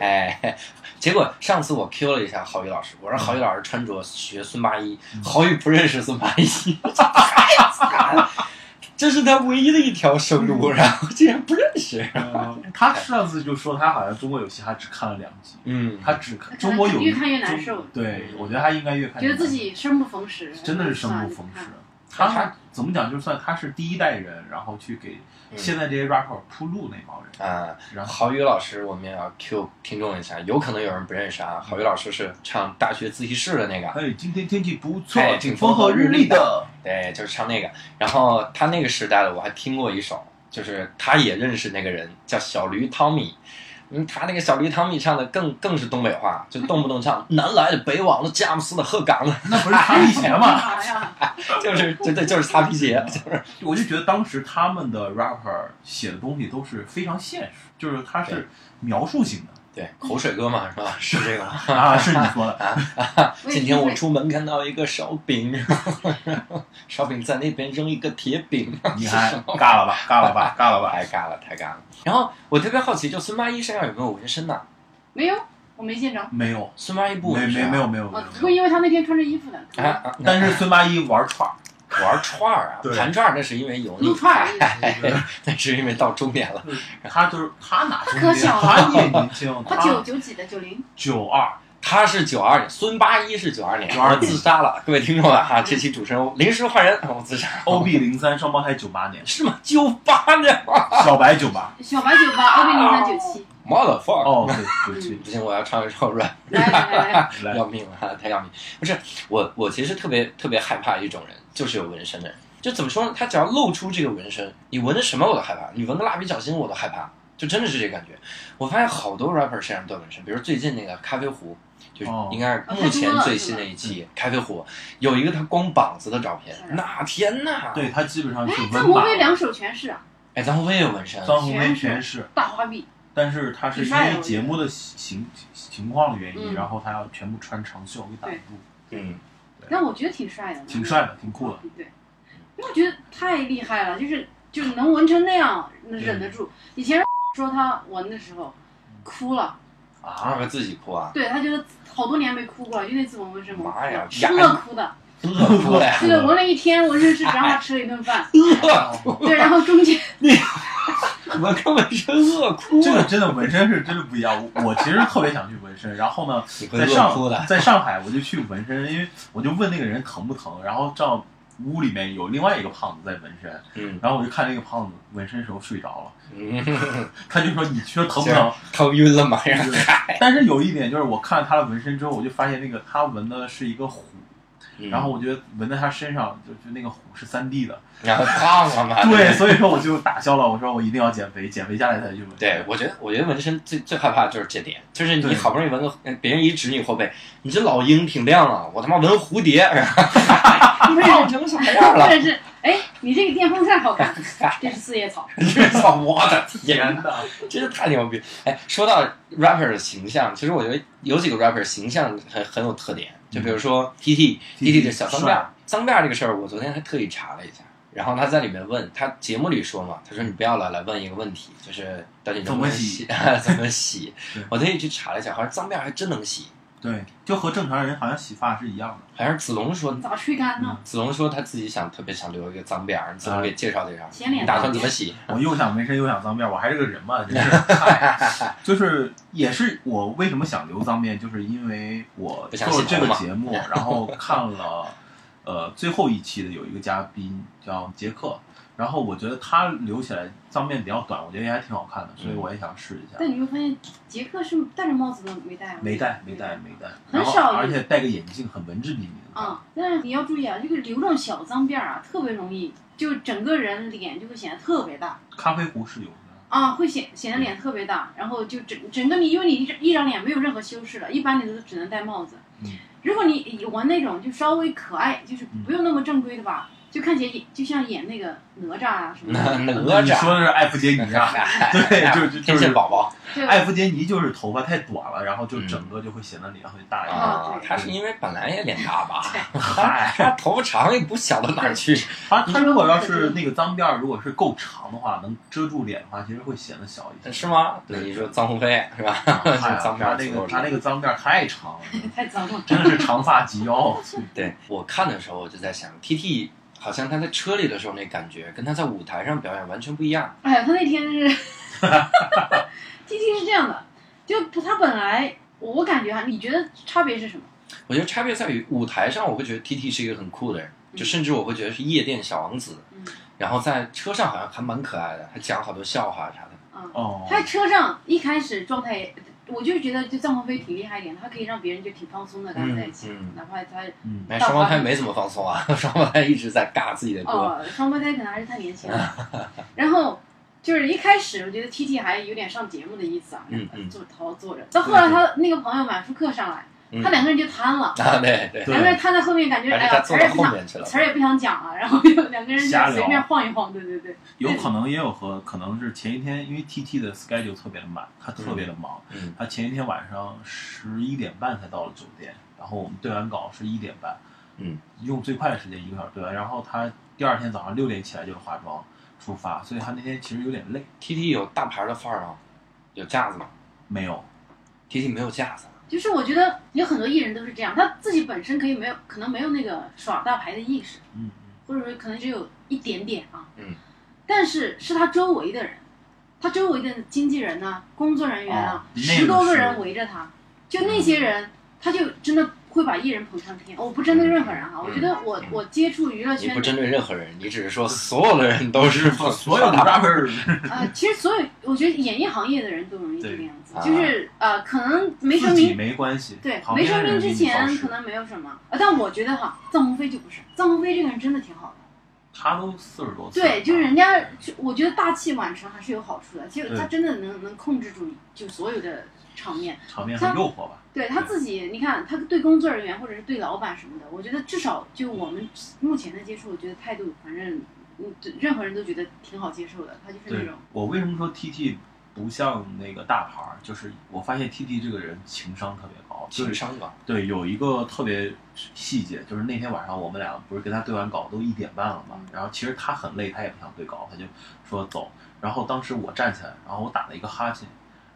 A: 哎，结果上次我 Q 了一下郝宇老师，我让郝宇老师穿着学孙八一，郝宇不认识孙八一， 太惨了，这是他唯一的一条生路，然后竟然不认识。
C: 呃他上次就说他好像中国有嘻哈只看了两集，
A: 嗯，
C: 他只看
B: 他
C: 中国有
B: 越看越难受
C: 对，我觉得他应该越看
B: 觉
C: 越
B: 得
C: 难受
B: 自己生不逢时，啊
C: 真的是生不逢时
B: 算了。
A: 他
C: 他怎么讲？就算他是第一代人，然后去给
A: 嗯
C: 现在这些 rapper 铺路那帮人，
A: 啊，
C: 然 后
A: 郝宇老师，我们也要 Q 听众一下，有可能有人不认识啊。郝宇老师是唱《大学自习室》的那个，啊
C: 哎，今天天气不错
A: 哎，
C: 风和丽的。
A: 对，就是唱那个。然后他那个时代的我还听过一首，就是他也认识那个人，叫小驴汤米。嗯，他那个小驴汤米唱的更更是东北话，就动不动唱南来的北往的佳木斯的鹤岗 的，
C: 那不是擦皮鞋吗？
B: 哎呀，
A: 就是对对，就是擦皮鞋， 就是
C: 我就觉得当时他们的 rapper 写的东西都是非常现实，就是他是描述型的
A: 对口水歌嘛，是吧？是这个吗？
C: 啊，是你说的，
B: 我也
A: 今天我
B: 听
A: 出门看到一个烧饼，烧饼在那边扔一个铁饼，
C: 你还尬了吧，尬了吧，尬了吧。
A: 太尬了，太尬了。然后我特别好奇，就孙八一身上有没有纹身呢？
B: 没有，我没见着。
C: 没有，
A: 孙八一不
C: 没
A: 纹身
C: 没
A: 啊、
C: 没有没有没
B: 哦，不
C: 哎有
B: 过
C: 没有。
B: 因为他那天穿着衣服的，可能
A: 啊啊，
C: 但是孙八一玩串儿，
A: 玩串儿啊，
C: 对
A: 盘串儿那是因为油腻
B: 撸，串儿而已。
C: 哎
A: 那是因为到中年了。
C: 他就是他哪中
B: 可
C: 年，
B: 小了
C: 他也年轻，
B: 他九
C: 他
B: 九几的，九零，
C: 九二，
A: 他是九二年，孙八一是九二年，
C: 92
A: 我自杀了。各位听众们哈， 这期主持人临时换人，我自杀
C: OB 零三双胞胎九八年，
A: 是吗？九八年
C: 小白九八。
B: 小白九八，欧贝零三九七。
A: ，motherfucker！
C: 哦，对，对不起，
A: 不行，我要唱一首软
B: 来来 来哎来，
C: 来
A: 要命了，太要命！不是我，我其实特别特别害怕一种人，就是有纹身的人。就怎么说呢？他只要露出这个纹身，你纹的什么我都害怕，你纹个蜡笔小新我都害怕，就真的是这感觉。我发现好多 rapper 身上都有纹身，比如最近那个咖啡壶，就是
C: 哦
A: 应该是目前最新的一期咖啡壶，有一个他光膀子的照片，那天呐！
C: 对，他基本上是
B: 哎，
C: 文
B: 张鸿
C: 盲，
B: 飞两手全是啊，
A: 哎，张宏威也有纹身，
C: 张宏威全是，
B: 大花臂。
C: 但是他是因为节目的情情况的原因，
B: 嗯
C: 然后他要全部穿长袖给挡住，
A: 嗯，
B: 但我觉得挺帅的，
C: 挺帅的，挺酷的。
B: 对，因为我觉得太厉害了，就是就是能纹成那样，能忍
A: 嗯
B: 得住。以前说他纹的时候哭了，
A: 二
C: 啊，
A: 个自己哭啊，
B: 对他觉得好多年没哭过了，就那次纹纹身嘛，
A: 妈呀
B: 哭了哭的，
A: 饿哭了呀，
B: 这个纹了一天，纹身
A: 哎
B: 师只让他吃了一顿饭，
A: 饿哭，
B: 对，然后 中间
A: 我根本是饿哭
C: 这个
A: 了。
C: 真的纹身是真的不一样。我 我其实特别想去纹身，然后呢，
A: 你会
C: 在
A: 饿哭
C: 上
A: 的，
C: 在上海我就去纹身，因为我就问那个人疼不疼，然后正好屋里面有另外一个胖子在纹身，
A: 嗯
C: 然后我就看那个胖子纹身时候睡着了，
A: 嗯，
C: 他就说你说疼不疼？
A: 头晕了马上
C: 对 但是有一点就是，我看了他的纹身之后，我就发现那个他纹的是一个虎，
A: 嗯
C: 然后我觉得纹在他身上就就那个虎是三 D 的，
A: 然后胖了嘛，
C: 对，所以说我就打消了，我说我一定要减肥，减肥下来才去纹。
A: 对，，我觉得，我觉得纹身最最害怕的就是这点，就是你
C: 对
A: 好不容易纹个，呃别人一指你后背，你这老鹰挺亮啊，我他妈纹蝴蝶，
B: 不是
A: 啊胖成啥样
B: 或
A: 了？哎
B: 者是哎，你这个电风扇 好看，这是四叶草，
A: 这操，我的天
C: 天
A: 哪，
C: 呐，
A: 真是太牛逼！哎，说到 rapper 的形象，其实我觉得有几个 rapper 形象很很有特点，就比如说 TT，TT、
C: TT
A: 的小脏辫
C: 帅
A: 儿，脏辫儿这个事儿，我昨天还特意查了一下。然后他在里面问他节目里说嘛，他说你不要老来问一个问题，就是到底能不能洗， 怎么 洗
C: 对？
A: 我特意去查了一下，好像脏辫儿还真能洗，
C: 对，就和正常人好像洗发是一样的。
A: 好像是子龙说，
B: 咋吹干呢？
A: 子龙说他自己想特别想留一个脏辫儿，子
C: 啊
A: 龙给介绍介绍，
B: 洗脸
A: 你打算怎么洗？
C: 我又想纹身又想脏辫，我还是个人嘛，真是， 嗨就是也是我为什么想留脏辫，就是因为我
A: 不想
C: 做了
A: 洗
C: 这
A: 头
C: 个
A: 嘛
C: 节目，然后 看了呃最后一期的有一个嘉宾叫杰克，然后我觉得他留起来脏辫比较短，我觉得也还挺好看的，所以我也想试一下。
B: 但你有没有发现杰克是戴着帽子都没戴吗？
C: 没戴，没戴，。没戴，
B: 很
C: 然后
B: 少
C: 而且戴个眼镜很文质彬彬。
B: 啊、但是你要注意啊，这个留这种小脏辫儿啊，特别容易，就整个人脸就会显得特别大
C: 咖啡壶是有的，
B: 啊，会显显得脸特别大，然后就整整个你，因为你一张一张脸没有任何修饰了，一般你都只能戴帽子。
C: 嗯
B: 如果你玩那种就稍微可爱，就是不用那么正规的吧，就看起来也就像演那个哪吒啊什么
A: 哪
B: 的，
A: 哪
C: 你
A: 吒，
C: 说的是艾弗杰尼啊？ 对，就就
A: 天
C: 就是
A: 线宝宝
B: 对
C: 艾弗杰尼就是头发太短了，然后
A: 嗯
C: 就整个就会显得脸会大一 点。
A: 啊
B: 啊，
A: 他是因为本来也脸大吧，
C: 嗨、
A: 他头发长也不小到哪儿去，
C: 他他如果要是那个脏辫儿，如果是够长的话，能遮住脸的话，其实会显得小一些。
A: 是吗？
C: 对
A: 你说张鸿飞是吧？
C: 哎呀
A: 脏辫
C: 他
A: 儿
C: 那
A: 足够
C: 个他
A: 长
C: 那个脏辫儿太长了，
B: 太脏了。
C: 真的是长发及腰。
A: 对我看的时候我就在想，T T 好像他在车里的时候那感觉，跟他在舞台上表演完全不一样。
B: 哎呀，他那天是，T T 是这样的，就他本来我感觉啊，你觉得差别是什么？
A: 我觉得差别在于舞台上，我会觉得 T T 是一个很酷的人，就甚至我会觉得是夜店小王子。
B: 嗯
A: 然后在车上好像还蛮可爱的，还讲好多笑话啥的。
B: 啊，
C: 哦，
B: 他在车上一开始状态也，我就觉得就藏鸿飞挺厉害一点，他可以让别人就挺放松的跟他在一起，
A: 嗯嗯
B: 哪怕他
C: 嗯，
A: 哎，双胞胎没怎么放松啊， 双胞胎一直在尬自己的歌。
B: 哦，双胞胎可能还是太年轻了。 然后就是一开始我觉得 T T 还有点上节目的意思啊，
A: 嗯嗯
B: 坐好好坐着。到后来他那个朋友满舒克上来，
A: 嗯
B: 他两个人就瘫了。
A: 啊，对对，
C: 对
B: 两个人瘫在后面，感觉
A: 而
B: 哎
A: 且他
B: 呀，词
A: 坐
B: 儿也
A: 到
B: 不
A: 后
B: 想
A: 面去了。
B: 词儿也不想讲了，然后就两个人就
C: 瞎聊
B: 随便晃一晃，对对对，
C: 有可能也有和可能是前一天，因为 T T 的 schedule 特别的满，他特别的忙，
A: 嗯，
C: 他前一天晚上十一点半才到了酒店，然后我们对完稿是一点半，
A: 嗯，
C: 用最快的时间一个小时对完，然后他第二天早上六点起来就是化妆出发，所以他那天其实有点累，
A: T T 有大牌的范儿吗？有架子吗
C: 没有，
A: ？T T 没有架子啊，
B: 就是我觉得有很多艺人都是这样，他自己本身可以没有，可能没有那个耍大牌的意识，
C: 嗯，
B: 或者说可能只有一点点啊，
A: 嗯，
B: 但是是他周围的人，他周围的经纪人呐、工作人员啊
C: 哦，那个
B: 十多个
C: 是
B: 人围着他，就那些人，他就真的会把艺人捧上天。我不针对任何人哈、
A: 嗯
B: 我觉得我我接触娱乐
A: 你
B: 圈
A: 不针对任何人，你只是说所有的人都是
C: 嗯所有的 rapper
B: 啊、其实所有我觉得演艺行业的人都容易这个样子，
A: 对
B: 就是呃，可能没成
C: 自己
B: 名
C: 没关系，
B: 对，
C: 旁
B: 没
C: 边
B: 成
C: 的人
B: 名
C: 给
B: 之
C: 你
B: 前
C: 放屎
B: 可能没有什么，啊，但我觉得哈，臧鸿飞就不是，臧鸿飞这个人真的挺好的，
C: 他都四十多岁了，
B: 对，就是人家，就我觉得大器晚成还是有好处的，其实
C: 对
B: 他真的能能控制住你就所有的场面，
C: 场面很诱惑吧，
B: 对他自己，你看他对工作人员或者是对老板什么的，我觉得至少就我们目前的接触，我觉得态度反正。嗯，对任何人都觉得挺好接受的，他就是那
C: 对
B: 种，
C: 我为什么说 T T 不像那个大牌儿，就是我发现 T T 这个人情商特别高，就
A: 情
C: 是
A: 商吧，
C: 对有一个特别细节，就是那天晚上我们俩不是跟他对完稿都一点半了嘛
B: 嗯，
C: 然后其实他很累，他也不想对稿，他就说走，然后当时我站起来，然后我打了一个哈欠，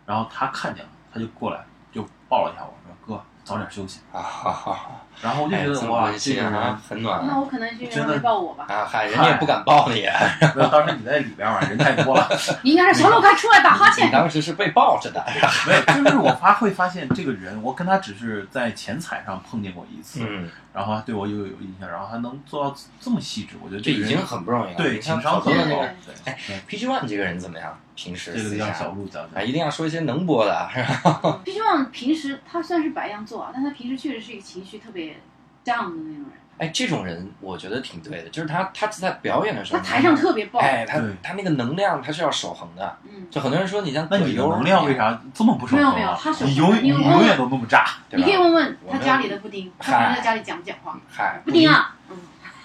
C: 然后他看见了，他就过来就抱了一下我说哥早点休息，
A: 啊哈 哈，
C: 然后我就
A: 哎
C: 觉
A: 这
C: 得
A: 么
C: 哇
A: 温
C: 这
A: 馨
C: 个人
A: 啊，很暖
B: 那
A: 啊
B: 我可能是
C: 真
B: 让
C: 的
B: 他抱我吧。
A: 啊，嗨，人家也不敢抱你，
B: 啊
C: 没有，当时你在里边儿嘛，人太多了。
B: 你想让小鹿快出来打哈
A: 你
B: 欠，
A: 当时是被抱着的，
C: 没有，就是我发会发现这个人，我跟他只是在钱财上碰见过一次，
A: 嗯，
C: 然后他对我又有印象，然后还能做到这么细致，我觉得
A: 这
C: 个
A: 已
C: 人
A: 经很不容易了。
C: 对
A: 你看
C: 情商
A: 好
C: 很
A: 多
B: 对
A: 那
C: 高
A: 个
B: 对。
C: 对，
A: PG One 这个人怎么样？平时
C: 这个
A: 私
C: 让
A: 下
C: 小鹿讲
B: 哎
A: 啊，
C: 讲。
A: 一定要说一些能播的啊， 是吧？
B: 必须旺平时他虽然是白羊座啊，但他平时确实是一个情绪特别 down 的那种人，
A: 哎，这种人我觉得挺对的，就是他他在表演的时
B: 他
A: 候，
B: 台上特别爆。
A: 哎，他
C: 对
A: 他那个能量他是要守恒的。
B: 嗯，
A: 就很多人说你像葛
C: 那你的
A: 优，
C: 能量为？啥这么不守
B: 没有
C: 恒啊？
B: 没有他守恒
C: 你永
B: 你
C: 你永远都那么 炸，
A: 对
B: 你
A: 吧
B: 可以问问
A: 我
B: 他
A: 没有
B: 家里的布丁，他平时在家里讲不讲话？
A: 嗨，
B: 布丁啊，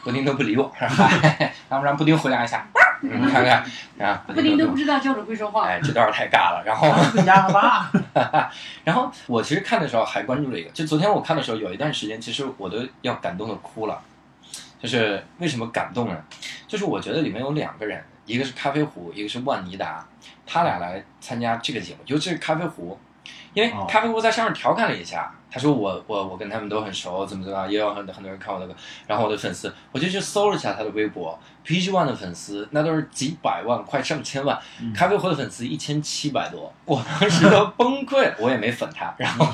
A: 布丁都不理我，是吧？ 要不然布丁回答一 下，你们看看啊，
B: 布丁都不知道教主会说话。
A: 哎，这段儿太尬了。然后，
C: 个 哑巴。
A: 然后我其实看的时候还关注了一个，就昨天我看的时候，有一段时间其实我都要感动的哭了。就是为什么感动呢？就是我觉得里面有两个人，一个是咖啡壶，一个是万妮达，他俩来参加这个节目，尤其是咖啡壶，因为
C: 哦
A: 咖啡壶在上面调侃了一下，他说我我我跟他们都很熟，怎么怎么样，也有很很多人看我的歌，然后我的粉丝，我就去搜了一下他的微博，PG One 的粉丝那都是几百万，快上千万，
C: 嗯
A: 咖啡壶的粉丝一千七百多，我当时都崩溃了，我也没粉他，然 后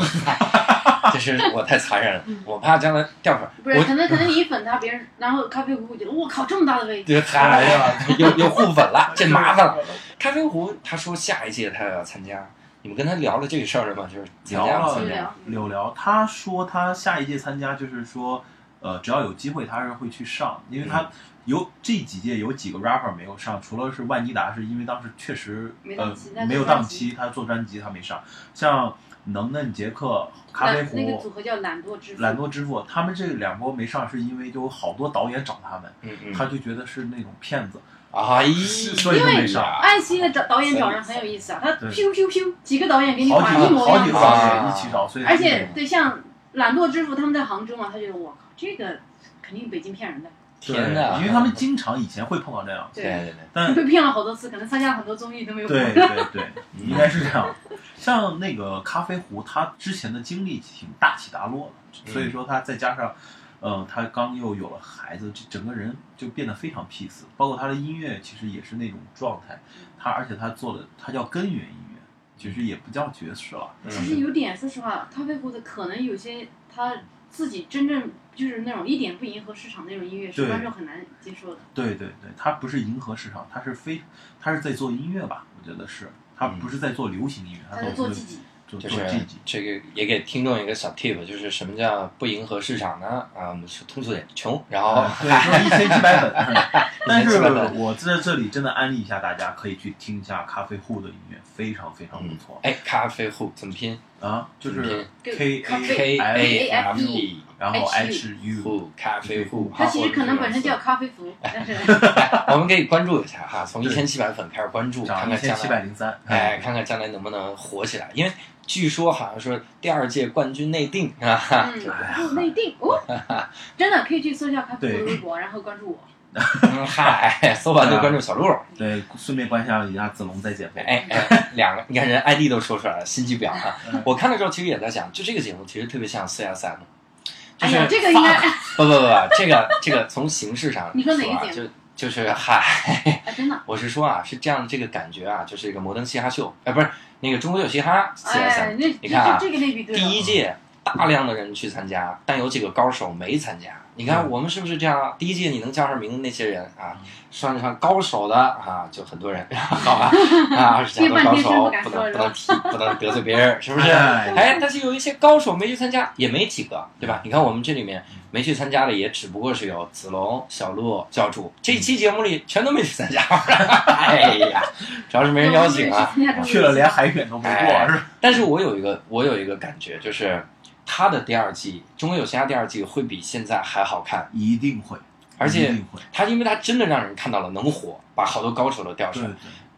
A: 就是我太残忍了，我怕将来掉粉儿，
B: 嗯不是，
A: 我
B: 可 能可能你一粉他，别人然后咖啡壶会觉得我靠这么大的位置，
A: 这嗨哎呀，又又互粉了，这麻烦了。咖啡壶他说下一届他要参加，你们跟他聊了这个事儿了吗？就是参加
C: 聊
A: 不
C: 了
A: 参加？
B: 聊
C: 柳聊，他说他下一届参加就是说，呃，只要有机会他是会去上，因为他
B: 嗯
C: 有、这几届有几个 rapper 没有上，除了是万妮达，是因为当时确实
B: 没档
C: 呃
B: 期在做
C: 没有
B: 专
C: 档
B: 辑
C: 期，他做专辑他没上，像能嫩杰克、咖啡
B: 那那个
C: 壶
B: 组、合叫懒惰之父。
C: 懒惰之父，他们这两波没上是因为就有好多导演找他们，
A: 嗯嗯。
C: 啊他就觉得是那种骗子，
A: 哎呀，
C: 所以就没 上。哎
B: 爱奇艺的导导演找人很有意思啊，他
C: 对
B: p 咻 p 几个导演给你
C: 好
B: 打
C: 几
B: 一
C: 个
B: 模一
C: 好
B: 样的东西。
C: 几个导
A: 啊
C: 演一起找，所以
B: 而
C: 他
B: 且
C: 们
B: 对像懒惰之父他们在杭州嘛，他觉得我靠，这个肯定北京骗人的，
A: 天哪！
C: 因为他们经常以前会碰到这样，
A: 对对对，
C: 但
B: 被 骗了好多次，可能参加了很多综艺都没有。
C: 对对对，
A: 嗯
C: 应该是这样。像那个咖啡壶，他之前的经历挺大起大落的，
A: 嗯
C: 所以说他再加上，呃，他刚又有了孩子，这整个人就变得非常 peace。包括他的音乐，其实也是那种状态。他而且他做的，他叫根源音乐，其实也不叫爵士了。
B: 其
A: 嗯
B: 实有点，说实话，咖啡壶的可能有些他自己真正就是那种一点不迎合市场那种音乐，是
C: 对
B: 观众很难接受的。
C: 对对对，他不是迎合市场，他是非，他是在做音乐吧？我觉得是，他不是在做流行音乐，
B: 他
C: 在
B: 在做自己，
C: 做
A: 就
C: 做
A: 是
C: G G。
A: 这个也给听众一个小 tip，就是什么叫不迎合市场呢？啊，我们说通俗点，穷。然后
C: 啊，对，就是一千 七百本。但是
A: 1700本
C: 我在这里真的安利一下大家，可以去听一下咖啡户的音乐，非常非常不错、
A: 哎，咖啡壶怎么拼
C: 啊，就是
B: 嗯
C: K A E
A: ？K A F
C: F，
A: E
C: 然后
B: H
C: H U，
A: 壶，咖啡壶。
B: 他其实可能本身叫咖啡 壶，但是嗯
A: 我们可以关注一下哈，从一
C: 对
A: 千七百粉开始关注，哦看
C: 涨一
A: 看
C: 千
A: 将
C: 七
A: 来
C: 百零三。嗯
A: 哎，，看看将来能不能火起来，因为据说好像说第二届冠军内定啊哈，
B: 嗯，不内定哦， 真的可以去搜一下咖啡壶的微博，然后关注我。
A: 嗯 嗨，搜完就关注小鹿，
C: 对，顺便关心一下子龙在减肥。
A: 哎哎，两个，你看人 ID 都说出来了，心机婊啊
C: 嗯！
A: 我看的时候其实也在想，就这个节目其实特别像 CSM，就
B: 哎
A: 是
B: 呀，这个应该
A: 不不不不，这个这个从形式上
B: 你
A: 说
B: 说哪个
A: 啊
B: 节
A: 就就是嗨，
B: 哎，真的，
A: 我是说啊，是这样这个感觉啊，就是一个摩登嘻哈秀，哎，不是那个中国有嘻哈 CSM，
B: 哎，那
A: 你看啊
B: 这这个类比对了。
A: 第一届大量的人去参加，但有几个高手没参加。你看
C: 嗯
A: 我们是不是这样啊？第一届你能叫上名的那些人啊
C: 嗯，
A: 算上高手的啊，就很多人， 好 吧？啊，二十强的高手
B: 一般
A: 不能不
B: 就是不敢说
A: 能提，不能得罪别人，是不是？
C: 哎
A: 哎，但是有一些高手没去参加，也没几个，对吧？你看我们这里面没去参加的，也只不过是有子龙、小鹿、教主。这一期节目里全都没去参加，嗯 哎呀，主要是没人邀请 啊。
C: 去了连海选都没
A: 哎
C: 过，是吧？
A: 但是我有一个，我有一个感觉，就是它的第二季《中国有嘻哈》第二季会比现在还好看，
C: 一定会，
A: 而且
C: 一定会。
A: 它因为它真的让人看到了能火，把好多高手都调
C: 对
A: 出来。
C: 对，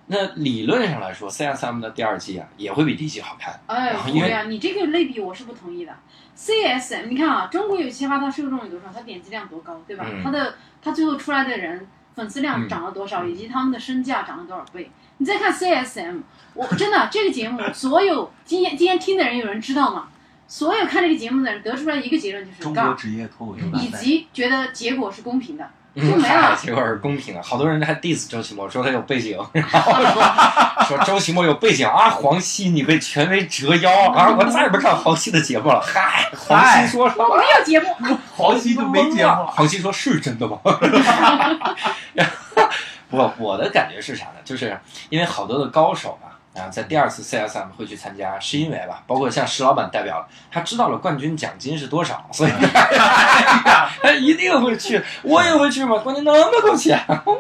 A: 那理论上来说，CSM 的第二季啊也会比第一季好看。
B: 哎
A: 然啊后，因为
B: 对呀，你这个类比我是不同意的。CSM，你看啊，中国有嘻哈，它受众有多少，它点击量多高，对吧？
A: 嗯
B: 它的它最后出来的人粉丝量
A: 嗯
B: 涨了多少，以及他们的身价涨了多少倍。你再看 CSM，我 真的这个节目，所有今天今天听的人有人知道吗？所有看这个节目的人得出来一个结论就是
C: 中国
B: 杠，
C: 职业脱口秀大
B: 以
C: 赛，
B: 及觉得结果是公平的。
A: 嗯，
B: 就没了
A: 嗨结果是公平的，好多人还 diss 周奇墨，说他有背景， 然后说 说周奇墨有背景啊，黄西你被权威折腰啊，我再也不看黄西的节目了。嗨，黄西说什
B: 我
A: 么？啊
B: 没有节目，
C: 黄西就没
B: 哎
C: 节 目了。
A: 黄西说是真的吗？ 然后我我的感觉是啥呢？就是因为好多的高手吧。啊，在第二次 CSM 会去参加，是因为吧，包括像石老板代表，他知道了冠军奖金是多少，所以他他一定会去，我也会去嘛。关键那么多钱，
C: 嗯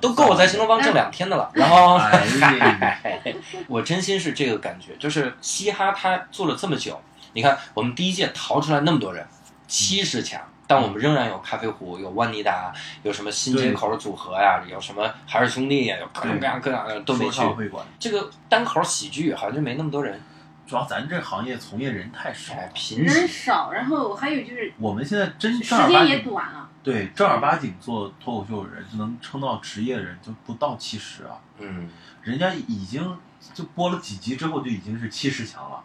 A: 都够我在新东方挣两天的了。然后，
C: 哎呀，
A: 我真心是这个感觉，就是嘻哈它做了这么久，你看我们第一届淘出来那么多人，七十强，但我们仍然有咖啡壶，有万妮达，有什么新街口组合呀、有什么海尔兄弟呀，有各种各样各样的都没
C: 说
A: 去。
C: 唱会馆，
A: 这个单口喜剧好像就没那么多人，
C: 主要咱这行业从业人太少
A: 哎
C: 了，。
A: 贫
B: 人
A: 瘠。
B: 少，然后还有就是
C: 我们现在真
B: 时
C: 正儿八
B: 间也
C: 经
B: 短了。
C: 对正儿八经做脱口秀的人，就能撑到职业的人就不到七十啊。
A: 嗯，
C: 人家已经就播了几集之后就已经是七十强了，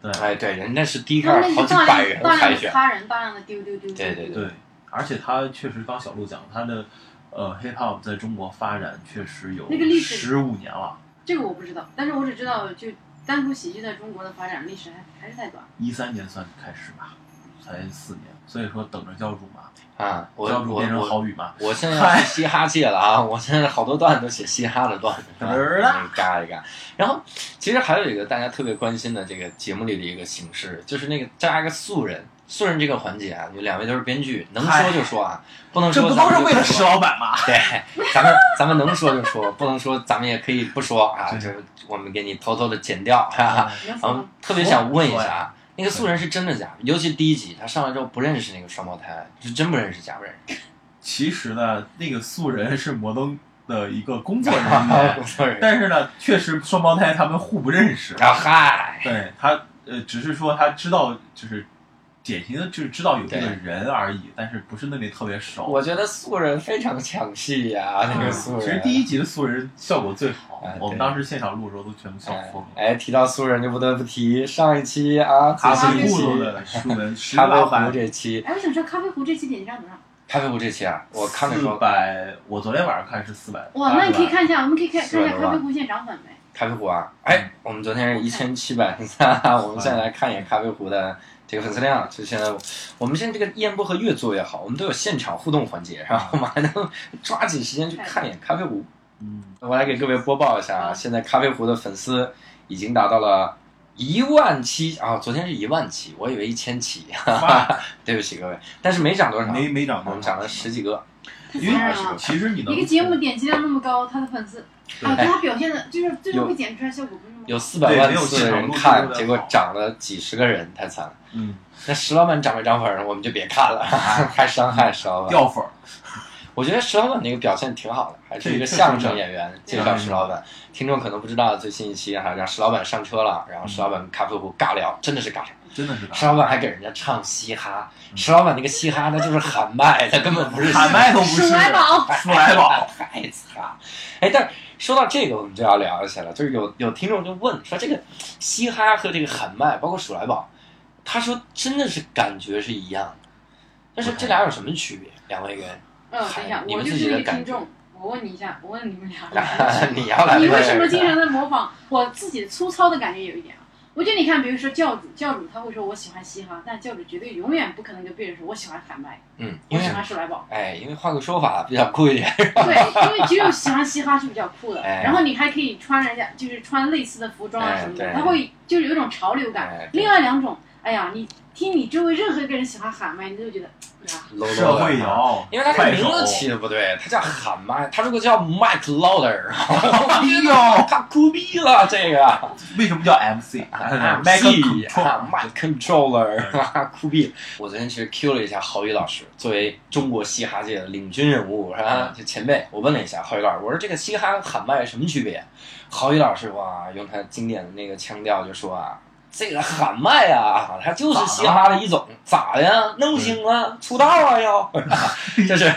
C: 对、
A: 哎，对，人家是第一
B: 他
A: 开
B: 们
A: 始好
B: 那是
A: 几
B: 大
A: 百
B: 量
A: 人
B: 大量
A: 海
B: 的
A: 选，
B: 擦人，大量的丢丢丢丢
A: 对对
B: 丢
A: 对
C: 对，而且他确实刚小鹿讲他的呃 hip hop 在中国发展确实有
B: 那个历史
C: 十五年了，
B: 这个我不知道，但是我只知道就单口喜剧在中国的发展历史还还是太短。
C: 一三年算开始吧，才四年，所以说等着教主嘛，
A: 啊，我
C: 教主
A: 我
C: 变成
A: 我
C: 好雨嘛，
A: 我现在要去嘻哈界了啊！我现在好多段都写嘻哈的段子，
C: 嘚儿啦
A: 嗯嘎一嘎。然后，其实还有一个大家特别关心的这个节目里的一个形式，就是那个加一个素人。素人这个环节啊，你两位都是编剧，能说就说啊，不能
C: 这
A: 说
C: 不
A: 咱
C: 都
A: 们
C: 是
A: 就
C: 为了
A: 说
C: 石老板吗？
A: 对，咱们咱们能说就说，不能说咱们也可以不说啊，
C: 对
A: 就是我们给你偷偷的剪掉，哈哈。
B: 能说
A: 然后
B: 吗？
A: 特别想问一下啊，那个素人是真的假的？尤其第一集他上来之后不认识那个双胞胎，是真不认识，假不认识。，
C: 其实呢，那个素人是摩登的一个工作人 员
A: 素人
C: 但是呢，确实双胞胎他们互不认识。
A: 啊嗨，
C: 对他，呃，只是说他知道，就是典型的，就是知道有这个人而已，但是不是那里特别熟。嗯
A: 我觉得素人非常抢戏呀、那个素人。
C: 其实第一集的素人效果最好
A: 哎，
C: 我们
A: 对
C: 当时现场录的时候都全部笑
A: 哎
C: 疯了。
A: 哎，提到素人就不得不提上一期啊，
C: 咖
B: 咖
C: 啡
B: 啡葫
C: 咕噜
A: 壶
C: 的素人，石
A: 咖啡
C: 老
A: 壶
C: 板
A: 这期，
B: 哎，我想知道咖啡壶这期点击量多少？
A: 咖啡壶这期啊，我看了
C: 四
A: 说
C: 百，我昨天晚上看是四百。
B: 哇，那你可 以
C: 800吧。
B: 看一下，我们可以看看一
A: 是
B: 下
A: 的
B: 咖
A: 吧
B: 啡壶现在涨粉没？
A: 咖啡壶啊，
C: 嗯
A: 哎，我们昨天是一千七百三，啊我们现在来看一眼咖啡壶的这个粉丝量，就现在我们现在这个燕波和越做越好，我们都有现场互动环节，然后我们还能抓紧时间去看一眼咖啡壶。
C: 嗯，
A: 我来给各位播报一下啊，现在咖啡壶的粉丝已经达到了一万七啊，昨天是一万七，我以为一千七，
C: 发
A: 对不起各位，但是没涨多少，
C: 没没涨
A: 我
C: 多
A: 们
C: 少，
A: 涨了十几个，
B: 太
C: 因
B: 残
C: 为
B: 忍了！
C: 其实你能
B: 啊一个节目点击量那么高，他的粉丝
C: 对
B: 啊，但他表现的就是最
A: 哎有
B: 后会剪出来效果不是那么
A: 有四百
C: 对没
A: 万
C: 有
A: 次的人
C: 现场录
A: 看，
C: 制的
A: 结果涨了几十个人，太惨了。
C: 嗯
A: 那石老板涨没涨粉儿，我们就别看了， 啊还伤害石老板。
C: 掉粉儿，
A: 我觉得石老板那个表现挺好的，还是一个
C: 对
A: 相声演员。介
B: 确实
C: 嗯
A: 绍石老板，听众可能不知道，最新一期哈、让石老板上车了，然后石老板咖啡壶尬聊，真的是尬啊聊。
C: 真的是
A: 石老板还给人家唱嘻哈，石老板那个嘻哈那就是喊麦，他根本不是
C: 喊 麦都不是，
B: 鼠来宝
C: 鼠来宝，
A: 太惨。哎，但是说到这个，我们就要聊一下了，就是有有听众就问说，这个嘻哈和这个喊麦，包括鼠来宝，他说真的是感觉是一样的，但是这俩有什么区别？两位人，
B: 嗯，等一下，
A: 你
B: 我
A: 们
B: 就
A: 自
B: 是
A: 己的
B: 一个
A: 感
B: 听
A: 觉
B: 众，我问你一下，我问你 们俩俩。
A: 你要来
B: 你
A: 这个
B: 为什么经常在模仿？我自己粗糙的感觉有一点啊。我觉得你看，比如说教主，教主他会说我喜欢嘻哈，但教主绝对永远不可能跟别人说我喜欢喊麦，
A: 嗯，
B: 我
A: 因
B: 喜
A: 为
B: 欢鼠来宝。
A: 哎，因为换个说法比较酷一点，
B: 对，因为只有喜欢嘻哈是比较酷的，
A: 哎
B: 然后你还可以穿人家就是穿类似的服装啊
A: 哎
B: 什么的，
A: 对
B: 他会就是有一种潮流感。
A: 哎对
B: 另外两种，哎呀，你听你周围任何一个人喜欢喊麦，你就觉得，哎呀，
A: 搂搂
C: 社会
A: 的。
C: 摇，
A: 因为他这
C: 快
A: 名字
C: 手
A: 起的不对，他叫喊麦，他如果叫 Mike Lauder，
C: 哎呦，
A: 他酷毙了这个。
C: 为什么叫 哎 MC？
A: 啊
C: Mac
A: Control- Mac Controller，酷毙！我昨天其实 Q 了一下郝宇老师，作为中国嘻哈界的领军人物，是吧？就前辈，我问了一下郝宇老师，我说这个嘻哈喊麦什么区别？郝宇老师哇，用他经典的那个腔调就说啊。这个喊麦啊，它就是嘻哈的一种，咋的呀？那不行啊，出道啊要， 就是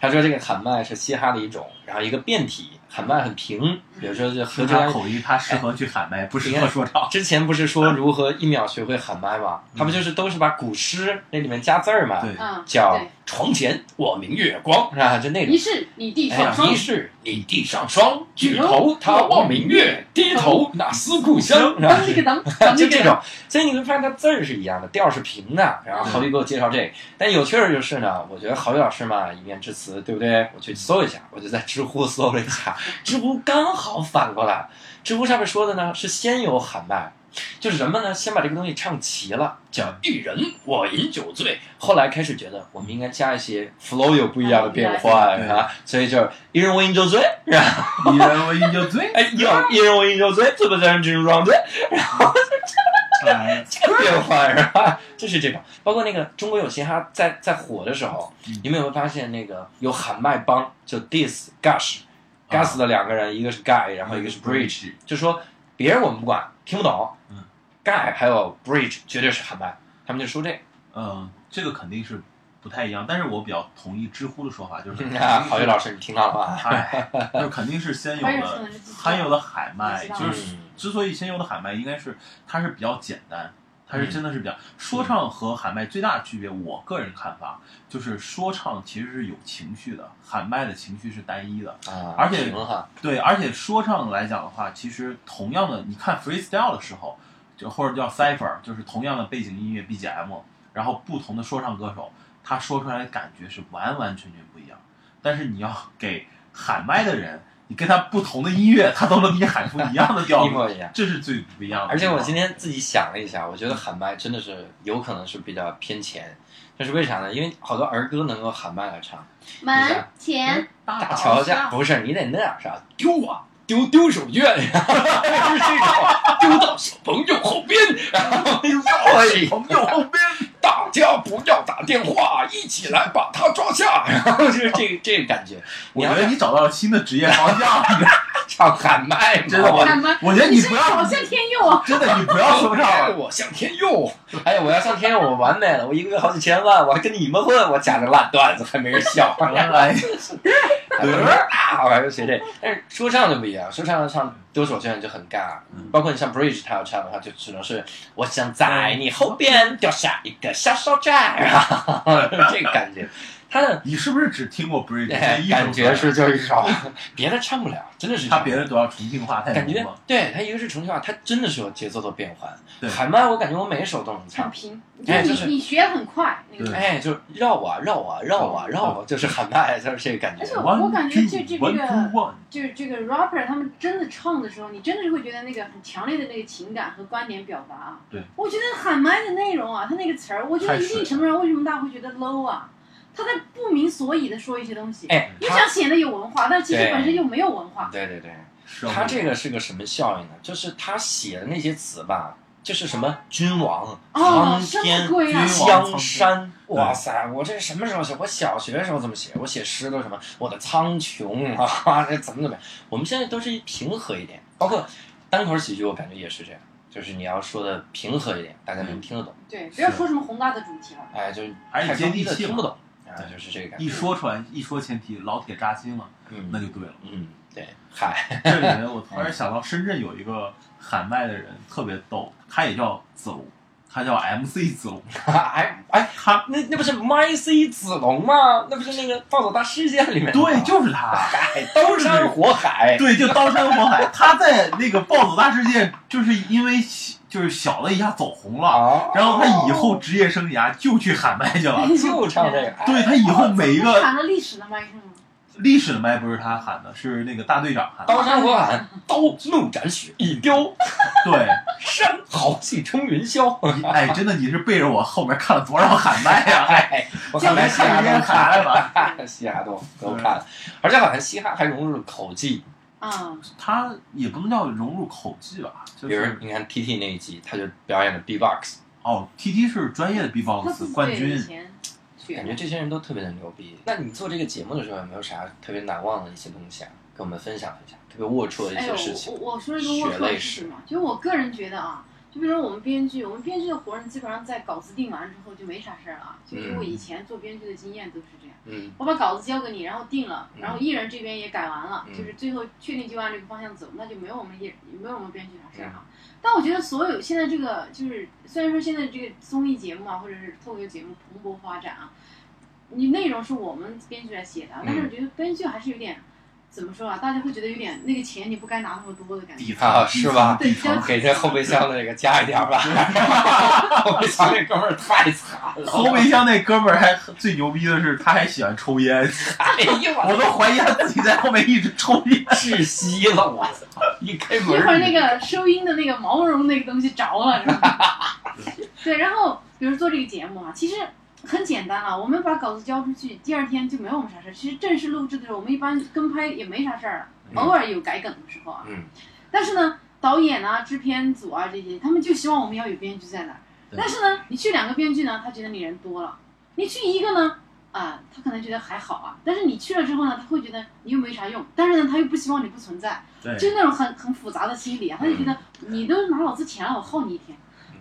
A: 他说这个喊麦是嘻哈的一种，然后一个变体，喊麦很平，比如说就合
C: 听
A: 家
C: 他口音，他适合去喊麦，不适合说 唱。
A: 之前不是说如何一秒学会喊麦吗？他不就是都是把古诗那里面加字儿嘛？
C: 对，
B: 嗯，
A: 叫
B: 对
A: “床前我明月光”是吧？就那种
B: 一。是你弟
A: 哎
B: 双
A: 呀，
B: 双
A: 疑，是你地上霜，举头他望明月，低头那思故乡，是吧
B: 当这 个当，当
A: 就
B: 这
A: 这
B: 个
A: 种，所以你会发现它字儿是一样的，调儿是平的。然后郝宇给我介绍这个，但有趣儿就是呢，我觉得郝宇老师嘛，一面之词，对不对？我去搜一下，我就在知乎搜了一下，知乎刚好反过来，知乎上面说的呢是先有喊麦。就是人们呢，先把这个东西唱齐了，叫“一人我饮酒醉”。后来开始觉得我们应该加一些 flow 有不嗯一样的变换，
C: 对
A: 是吧？所以就是“一人我饮酒醉”，是吧？
C: 你认为你 就醉？
A: 哎，有一人我饮酒醉，醉不醉人只如装醉。
C: 哎
A: 变换是吧？就是这种，包括那个中国有嘻哈在在火的时候
C: 嗯，
A: 你们有没有发现那个有喊麦帮，就 diss gush gush 的两个人，一个是 guy，然后一个是 bridge，就说别人我们不管，听不懂
C: 嗯
A: ，guy 还有 bridge 绝对是喊麦，他们就说这个，
C: 嗯，这个肯定是不太一样，但是我比较同意知乎的说法， 就是
A: 嗯啊，郝宇老师你听到了 吧？
C: 嗨，哎就是肯定是先有的，先有的喊麦，
A: 嗯
C: 就是之所以先有的喊麦，应该是它是比较简单，它是真的是比较说唱和喊麦最大的区别，我个人看法就是说唱其实是有情绪的，喊麦的情绪是单一的。
A: 啊，
C: 而且
A: 平哈，
C: 对，而且说唱来讲的话，其实同样的，你看 freestyle 的时候，就或者叫 cipher，就是同样的背景音乐 BGM，然后不同的说唱歌手，他说出来的感觉是完完全全不一样。但是你要 给喊麦的人，你跟他不同的音乐，他都能给你喊出一样的 调
A: 一
C: 子，
A: 模一样。
C: 这是最不一样的地方。
A: 而且我今天自己想了一下，我觉得喊麦真的是有可能是比较偏前，这是为啥呢？因为好多儿歌能够喊麦来唱。
B: 门前
A: 大
C: 大
A: 桥
B: 桥
A: 下
B: 下
A: 不是你得那样啥丢啊丢丢手绢，是这种丢到小朋友后边，然后绕了一
C: 朋友后 边，
A: 大家不要打电话，一起来把他抓下，然后就是这个这个感觉。你
C: 我
A: 要
C: 觉得你找到了新的职业方向。
A: 唱喊麦嘛，
C: 真的
A: 嗯我
B: 喊麦，
C: 我觉得
B: 你
C: 你
B: 声
C: 不
B: 音
C: 要
B: 好像天佑
A: 哎
B: 啊！
C: 真的，你不要说 唱了。
A: 我向天佑，啊哎呀，我要上天佑，我完美了，我一个月好几千万，我还跟你们混，我夹着烂段子还没人 笑。
C: 哎，
A: 啊，我还是学这。但是说唱就不一样，说唱唱丢手绢就很尬，
C: 嗯
A: 包括你像 Bridge 他要唱的话，就只能是我想在你后边掉下一个小手绢啊， 这个感觉。他的哎
C: 你是不是只听过 Bridge？这一首歌
A: 感觉是就是一首， 别的唱不了，真的是这
C: 他
A: 样
C: 别的都要重庆话太
A: 感
C: 浓
A: 觉
C: 了。
A: 对他一个是重庆话，他真的是有节奏的变换。
C: 对
A: 喊麦我感觉我每一首都能
B: 很
A: 唱。
B: 平，就
A: 哎
B: 是
A: 就是
B: 你你学很快那个
C: 对，
A: 哎，就绕啊绕啊绕啊绕啊，就是喊麦，就是这个感觉
B: 而且。我感觉这这
C: One, two,
B: 这个
C: one, two, one
B: 就是这个 rapper 他们真的唱的时候，你真的是会觉得那个很强烈的那个情感和观点表达啊。
C: 对，
B: 我觉得喊麦的内容啊，他那个词儿，我觉得一
C: 太水
B: 定程度上为什么大家会觉得 low 啊？他在不明所以的说一些东西，
A: 哎，
B: 又
A: 他
B: 想显得有文化，但其实
A: 对
B: 本身又没有文化。
A: 对对对。
C: 是吗
A: 他这个是个什么效应呢？就是他写的那些词吧，就是什么君王、
B: 哦
A: 苍，
B: 什
A: 天
B: 么、鬼啊
C: 君！王
A: 江山。
C: 对
A: 哇塞，我这什么时候写？我小学的时候怎么写？我写诗都什么？我的苍穹啊， 这怎么怎么样？我们现在都是平和一点，包括单口喜剧，我感觉也是这样，就是你要说的平和一点，大家能听得懂。
B: 对，不要
C: 是
B: 说什么宏大的主题了。
A: 哎，就是
C: 而且
A: 太
C: 嗯接
A: 装
C: 地
A: 逼的
C: 气嘛
A: 听不懂啊，
C: 对
A: 就是这个感觉。
C: 一说出来，一说前提老铁扎心了，
A: 嗯，
C: 那就对了。
A: 嗯，对，嗨，
C: 这里面我突然想到，深圳有一个喊麦的人特别逗，他也叫子龙，他叫 MC 子龙，
A: 哎哎，
C: 他
A: 那那不是 My C 子龙吗？那不是那个《暴走大事件》里面的吗
C: 对就是他，
A: 海，刀山火海，
C: 对就刀山火海，他在那个暴走大事件就是因为就是小了一下走红了，
A: 啊
C: 然后他以后职业
A: 哦
C: 生涯就去喊麦去了，
A: 就唱这个，
C: 对他以后每一
B: 他
C: 个
B: 喊了历史的麦是吗？
C: 历史的麦不是他喊的，是那个大队长喊的。
A: 刀山火海， 刀怒斩雪一雕，
C: 对，
A: 山豪气冲云霄。
C: 哎，真的你是背着我后面看了多少喊麦呀、
A: 哎，我看来嘻哈
C: 人家
A: 都看
C: 来了。
A: 了，嘻哈都都看了，而且好像嘻哈还融入了口技，
B: 啊，
C: 他也不能叫融入口技吧，就
A: 比如
C: 是
A: 你看 T T 那一集，他就表演了 B-box，
C: 哦，T T 是专业的
B: 他自
C: B-box
B: 己
C: 冠
B: 以
C: 军，
B: 前
A: 感觉
B: 学
A: 这些人都特别的牛逼。那你做这个节目的时候，有没有啥特别难忘的一些东西啊？跟我们分享一下，特别龌龊的一
B: 哎呦
A: 些事，情。
B: 我我说一个龌
A: 血
B: 龊的
A: 泪
B: 事
A: 史
B: 情嘛，就我个人觉得啊，就比如说我们编剧，我们编剧的活人基本上在稿子定完之后就没啥事儿了，就以我以前做编剧的经验都是这样。
A: 嗯
B: 我把稿子交给你，然后定了，然后艺人这边也改完了，
A: 嗯
B: 就是最后确定就按这个方向走，那就没有我们也没有我们编剧啥事儿啊。但我觉得所有现在这个就是，虽然说现在这个综艺节目啊，或者是脱口秀节目蓬勃发展啊，你内容是我们编剧来写的，但是我觉得编剧还是有点怎么说啊，大家会觉得有点那个钱你不该拿那么多的感觉
C: 底。层
A: 啊是吧
C: 底
B: 对
C: 层
B: 就
A: 给这后备箱的这个加一点 吧，后备箱那哥们儿太惨了，
C: 后备箱那哥们儿还最牛逼的是，他还喜欢抽烟，
A: 哎呦
C: 我都怀疑他自己在后面一直抽烟。
A: 窒息了，我操！一开
B: 一
A: 门
B: 会儿那个收音的那个毛绒那个东西着了，是吧？ 对，然后比如做这个节目啊，其实很简单啊了，我们把稿子交出去，第二天就没有我们啥事儿。其实正式录制的时候，我们一般跟拍也没啥事儿
A: 嗯
B: 了，偶尔有改梗的时候啊。
A: 嗯
B: 但是呢，导演啊、制片组啊这些，他们就希望我们要有编剧在那儿。
C: 对
B: 但是呢，你去两个编剧呢，他觉得你人多了；你去一个呢，啊、他可能觉得还好啊。但是你去了之后呢，他会觉得你又没啥用，但是呢，他又不希望你不存在。就
C: 对，嗯
B: 是那种很很复杂的心理啊，他就觉得你都拿老子钱了，我耗你一天。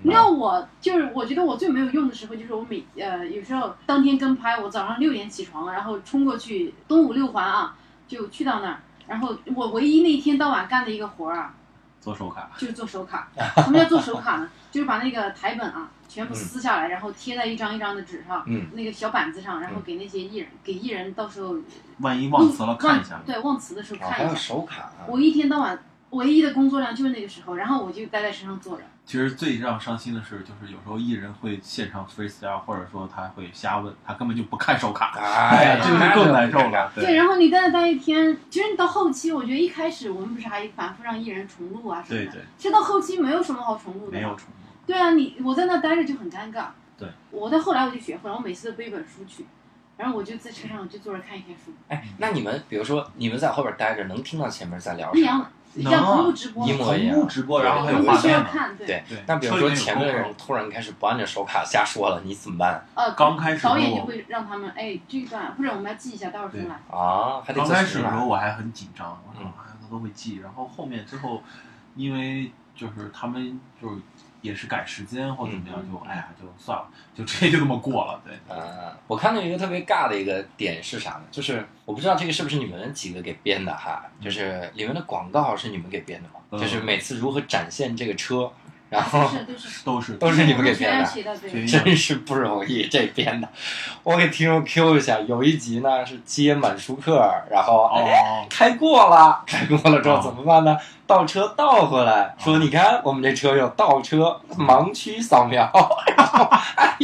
B: 你
A: 嗯
B: 知道我就是，我觉得我最没有用的时候，就是我每呃有时候当天跟拍，我早上六点起床，然后冲过去东五六环啊，就去到那儿，然后我唯一那一天到晚干的一个活儿 啊，
C: 做手卡，
B: 就是做手卡。什么叫做手卡呢？就是把那个台本啊全部撕下来，然后贴在一张一张的纸上，
A: 嗯
B: 那个小板子上，然后
A: 嗯
B: 给那些艺人，给艺人到时候
C: 万一忘词了
B: 忘
C: 看一下。
B: 对，嗯忘词的时候
A: 哦，
B: 看
A: 还
B: 一下
A: 有。手卡啊，
B: 我一天到晚唯一的工作量就是那个时候，然后我就待在身上坐着。
C: 其实最让伤心的是，就是有时候艺人会现场 freestyle，或者说他会瞎问，他根本就不看手卡，
A: 哎呀，
C: 这个更难受了。
B: 对，，然后你在那待一天，其实你到后期，我觉得一开始我们不是还反复让艺人重录啊什么
C: 对
B: 的，
C: 对，
B: 其实到后期没有什么好重录的。
C: 没有。重复。
B: 对啊，你我在那待着就很尴尬。
C: 对。
B: 我到后来我就学会了，我每次都背一本书去，然后我就在车上我就坐着看一天书，
A: 哎，那你们比如说你们在后边待着，能听到前面在聊
B: 一
A: 什
B: 样
A: 么？
B: 的，像
C: 能啊
B: 同步直播。
A: 一模一样
C: 同步直播，然后
B: 我
C: 还有
B: 们
C: 画
B: 必须
C: 面
B: 要
C: 嘛。
B: 看，对，
A: 对
C: 对，
A: 那比如说前面的
C: 车里面
A: 人突然开始不按着手卡瞎说了，你怎么办啊
B: 呃，
C: 刚开始的时候
B: 导演就会让他们，哎，这一段或者我们要记一下，待会儿重来。
A: 啊？还得
C: 刚
A: 做
C: 开
A: 什
C: 始的时候
A: 么？
C: 我还很紧张，我
A: 嗯
C: 说啊，他都会记。然后后面之后，因为就是他们就是也是赶时间或怎么样，
B: 嗯
C: 就哎呀就算了，就直接就这么过了。对，
A: 呃，我看到一个特别尬的一个点是啥呢？就是我不知道这个是不是你们几个给编的哈，就是里面的广告是你们给编的吗？
C: 嗯
A: 就是每次如何展现这个车，然后
B: 是，都是
C: 都是
A: 都是你们给
B: 学
A: 编
B: 员
A: 的。
B: 写的，对
C: 学。员
A: 真是不容易，这编的。我给听众 Q 一下，有一集呢是接满舒克，然后、哎、
C: 哦，
A: 开过了，开过了之后
C: 哦
A: 怎么办呢？倒车倒回来，说你看我们这车有倒车盲区扫描。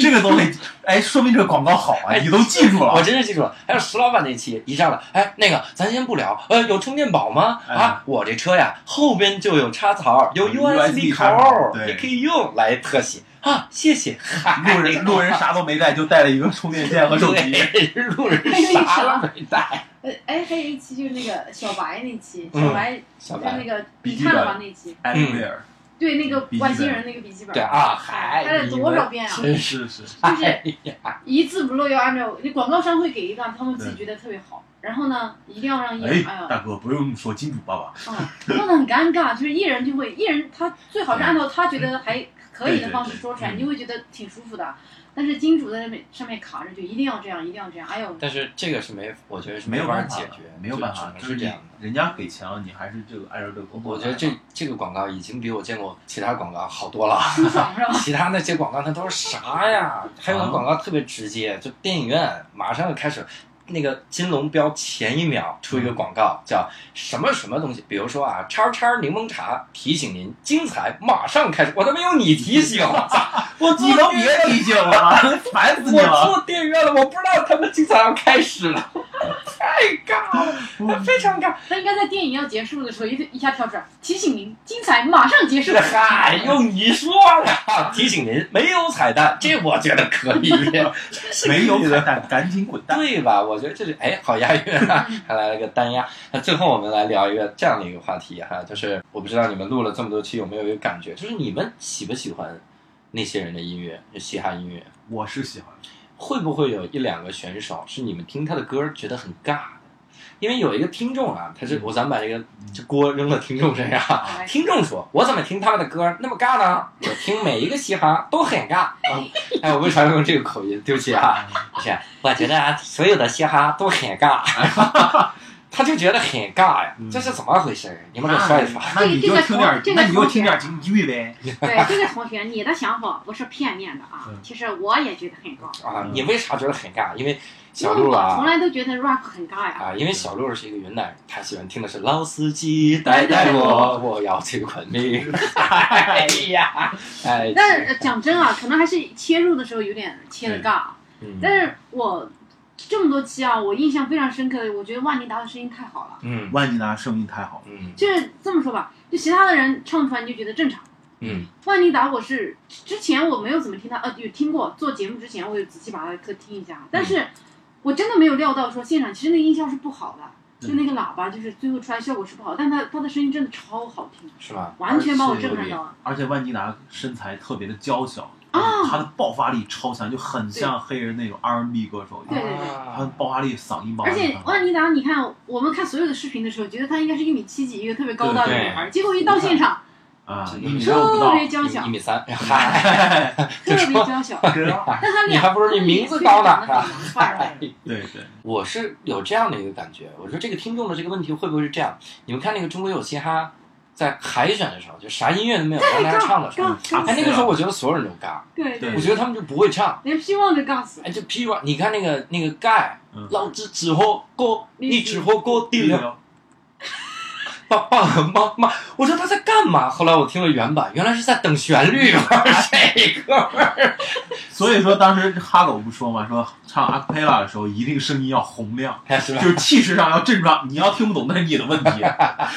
C: 这个东西，哎，说明这个广告好啊，
A: 哎
C: 你都记 住
A: 我
C: 了。
A: 真是记住了。还有石老板那期一上来，哎，那个咱先不聊，呃，有充电宝吗？啊，我这车呀后边就有插槽，有
C: 哎有
A: USB
C: USB
A: 口
C: 插槽
A: 儿，
C: 对
A: 你可以用来特写啊，谢谢。嗨
C: 路人路人啥都没带，就带了一个充电线和手机。
A: 对，路人 啥 都没带。
B: 呃，哎，还有一期就是那个小白那期，
A: 嗯
B: 小白
A: 小
B: 就是
A: 白
B: 那个
C: 笔
B: 你
C: 记
B: 看了
C: 本
B: 吧那期？
C: Anywhere，
B: 对，那个
C: 笔记
B: 外星
C: 本
B: 人那个笔记本，
A: 对啊，嗨，
B: 拍了多少遍啊？
A: 真是，
C: 是是，
A: 哎
B: 一字不漏要按照那广告商会给一段他们自己
C: 对
B: 觉得特别好，然后呢，一定要让艺人，哎
C: 哎，
B: 呦，
C: 大哥不用这么说，金主爸爸。
B: 嗯，弄得很尴尬，就是艺人就会，艺人他最好是按照他觉得还可以
C: 对
B: 的
C: 对
B: 方
C: 对
B: 式说出来，
A: 嗯
B: 你会觉得挺舒服的。但是金主在那边上面卡着，就一定要这样，一定要这样，哎呦，
A: 但是这个是没，我觉得是
C: 没有
A: 法
C: 办法
A: 解
C: 的
A: 决，
C: 没有办法，
A: 就
C: 就
A: 只能是这
C: 你
A: 样的。
C: 人家给钱了，你还是这个按照这个工作
A: 我
C: 来吧。
A: 觉得这这个广告已经比我见过其他广告好多了。
B: 舒爽是吧？
A: 其他那些广告那都是啥呀？还
C: 啊
A: 有的广告特别直接，就电影院马上就开始，那个金龙标前一秒出一
C: 嗯
A: 个广告，叫什么什么东西，比如说啊，叉叉柠檬茶提醒您，精彩马上开始。我他妈用你提醒，我操！我做
C: 你都
A: 电
C: 别 提醒了，烦死你
A: 我
C: 了。
A: 做电影院了，我不知道他们精彩要开始了。 太尬
C: 嗯
A: 了，非常尬。
B: 他应该在电影要结束的时候一一下跳出来，提醒您，精彩马上 结束。
A: 嗨，用你说了，提醒您没有彩蛋，这我觉得可以，
C: 没有彩蛋，赶紧滚蛋。
A: 对吧？我觉得这是哎，好押韵啊，还来了个单押。那最后我们来聊一个这样的一个话题哈，就是我不知道你们录了这么多期有没有一个感觉，就是你们喜不喜欢那些人的音乐，就嘻哈音乐？
C: 我是喜欢，
A: 会不会有一两个选手是你们听他的歌儿觉得很尬的？因为有一个听众啊，他是我咱们把这个这锅扔到听众身上。
B: 哎
A: 听众说：“我怎么听他们的歌儿那么尬呢？我听每一个嘻哈都很 尬。哎，我为啥要用这个口音？对不起啊， 不是，我觉得啊所有的嘻哈都很尬， 嗯他就觉得很尬呀，这是怎么回事儿？你们给说一说。
C: 那你就听点，那你就听点京剧呗。
B: 对这个同学，你的想法不是片面的啊
C: 嗯。
B: 其实我也觉得很高，
A: 啊，你为啥觉得很尬？因为
B: 因
A: 小
B: 为
A: 鹿
B: 我
A: 啊，
B: 从来都觉得 rap 很尬呀。
A: 啊，因为小鹿是一个云南人，他喜欢听的是老司机带带 我，我要去昆明。哎呀， 哎，
B: 但是呃讲真啊，可能还是切入的时候有点切的尬。
A: 嗯
B: 但是我这么多期啊，我印象非常深刻的，我觉得万妮达的声音太好了。
A: 嗯
C: 万妮达声音太好了，
A: 嗯
B: 就是这么说吧，就其他的人唱出来你就觉得正常。
A: 嗯
B: 万妮达，我是之前我没有怎么听她，呃，有听过。做节目之前，我有仔细把她的歌听一下，但是我真的没有料到说现场其实那个音效是不好的，就那个喇叭就是最后出来效果是不好，但她她的声音真的超好听，
A: 是吧？
B: 完全把我震撼到了。
C: 而且万妮达身材特别的娇小，
B: 啊
C: 她的爆发力超强，就很像黑人那种 R&B 歌手一
B: 对
C: 样。
B: 对对
C: 她
A: 啊
C: 的爆发力、嗓音爆发
B: 而
C: 力很
B: 且
C: 好，
B: 万妮达，你看我们看所有的视频的时候，觉得她应该是一米七几，一个特别高大的
A: 对
B: 女孩，结果一到现场，
C: 啊，
A: 对
C: 一米
A: 你
C: 六不
B: 特
C: 到，
B: 别娇
A: 一
B: 小
A: 一，米 三，嗨，
B: 特别娇小。但她
A: 你
B: 脸，
A: 还不如你名字高呢，是吧？
B: 非常有范儿
C: 对对，
A: 我是有这样的一个感觉，我说这个听众的这个问题会不会是这样？你们看那个《中国有嘻哈》在海选的时候，就啥音乐都没有，让大家唱的时候，
B: 杠杠
A: 哎，那个时候我觉得所有人都尬，
B: 对
C: 啊对
A: 我觉得他们就不会唱。
B: 连 P One 都杠死，
A: 哎，就譬如你看那个那个盖
C: 嗯，
A: 老子只火锅，你只火锅底
C: 第
A: 料，爸爸妈妈，我说他在干嘛？后来我听了原版，原来是在等旋律玩 这个。
C: 所以说当时哈喽不说嘛，说唱阿克佩拉的时候一定声音要洪亮，
A: 哎是吧
C: 就是气势上要振壮。你要听不懂那是你的问题，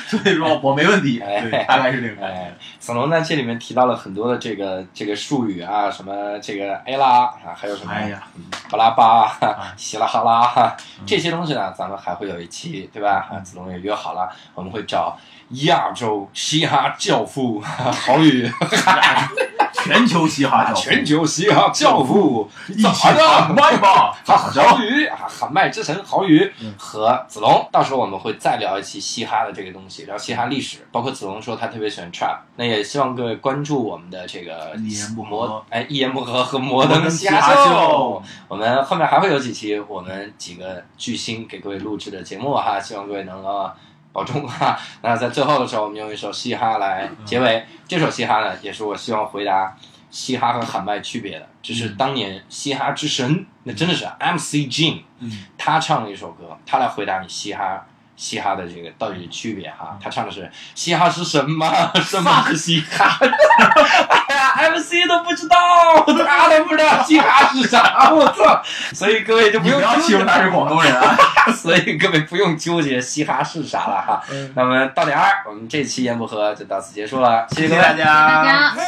C: 所以说我没问题，对，大概是这个感
A: 哎
C: 觉。，
A: 子龙在这里面提到了很多的这个这个术语啊，什么这个哎啦啊，还有什么
C: 哎呀，
A: 巴拉巴、哈
C: 啊
A: 稀啦哈啦哈
C: 嗯
A: 这些东西呢，咱们还会有一期，对吧？啊，子龙也约好了，我们会找亚洲嘻哈教父哈郝宇。
C: 全球嘻哈
A: 啊
C: 教父
A: 全球嘻哈教父，
C: 一
A: 怎
C: 起
A: 么
C: 喊
A: 的？
C: 麦吧，
A: 啊，
C: 咋
A: 豪
C: 着？
A: 宇啊，喊麦之神豪宇
C: 嗯
A: 和子龙，到时候我们会再聊一期嘻哈的这个东西，聊嘻哈历史，包括子龙说他特别喜欢 trap，那也希望各位关注我们的这个
C: 一言不合
A: 摩哎一言不合和摩登嘻哈
C: 哈
A: 秀，，我们后面还会有几期我们几个巨星给各位录制的节目哈，希望各位能够保重哈。那在最后的时候，我们用一首嘻哈来结尾。这首嘻哈呢，也是我希望回答嘻哈和喊麦区别的，只是当年嘻哈之神，那真的是 MC Jin，
C: 嗯，
A: 他唱了一首歌，他来回答你嘻哈。嘻哈的这个到底是区别哈，他唱的是嘻哈是什 么？什么是嘻哈？ 哎呀，MC 都不知道，他都不知道嘻哈是啥，我操！ 所以各位就不
C: 你
A: 用
C: 不要欺
A: 纠
C: 负
A: 结
C: 他是广东人啊。
A: 所以各位不用纠结 嘻哈是啥了哈。那么到点儿，我们这期言不合就到此结束了，谢谢
C: 谢
A: 各
C: 谢
A: 位
C: 大。
B: 大
C: 家。
B: 家。
D: Hey,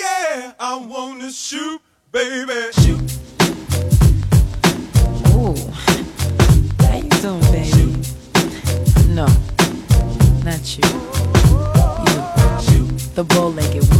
D: yeah, I wanna shoot, baby. Shoot.
E: Ooh, how you doing, baby? No, not you. You, the bow-legged one.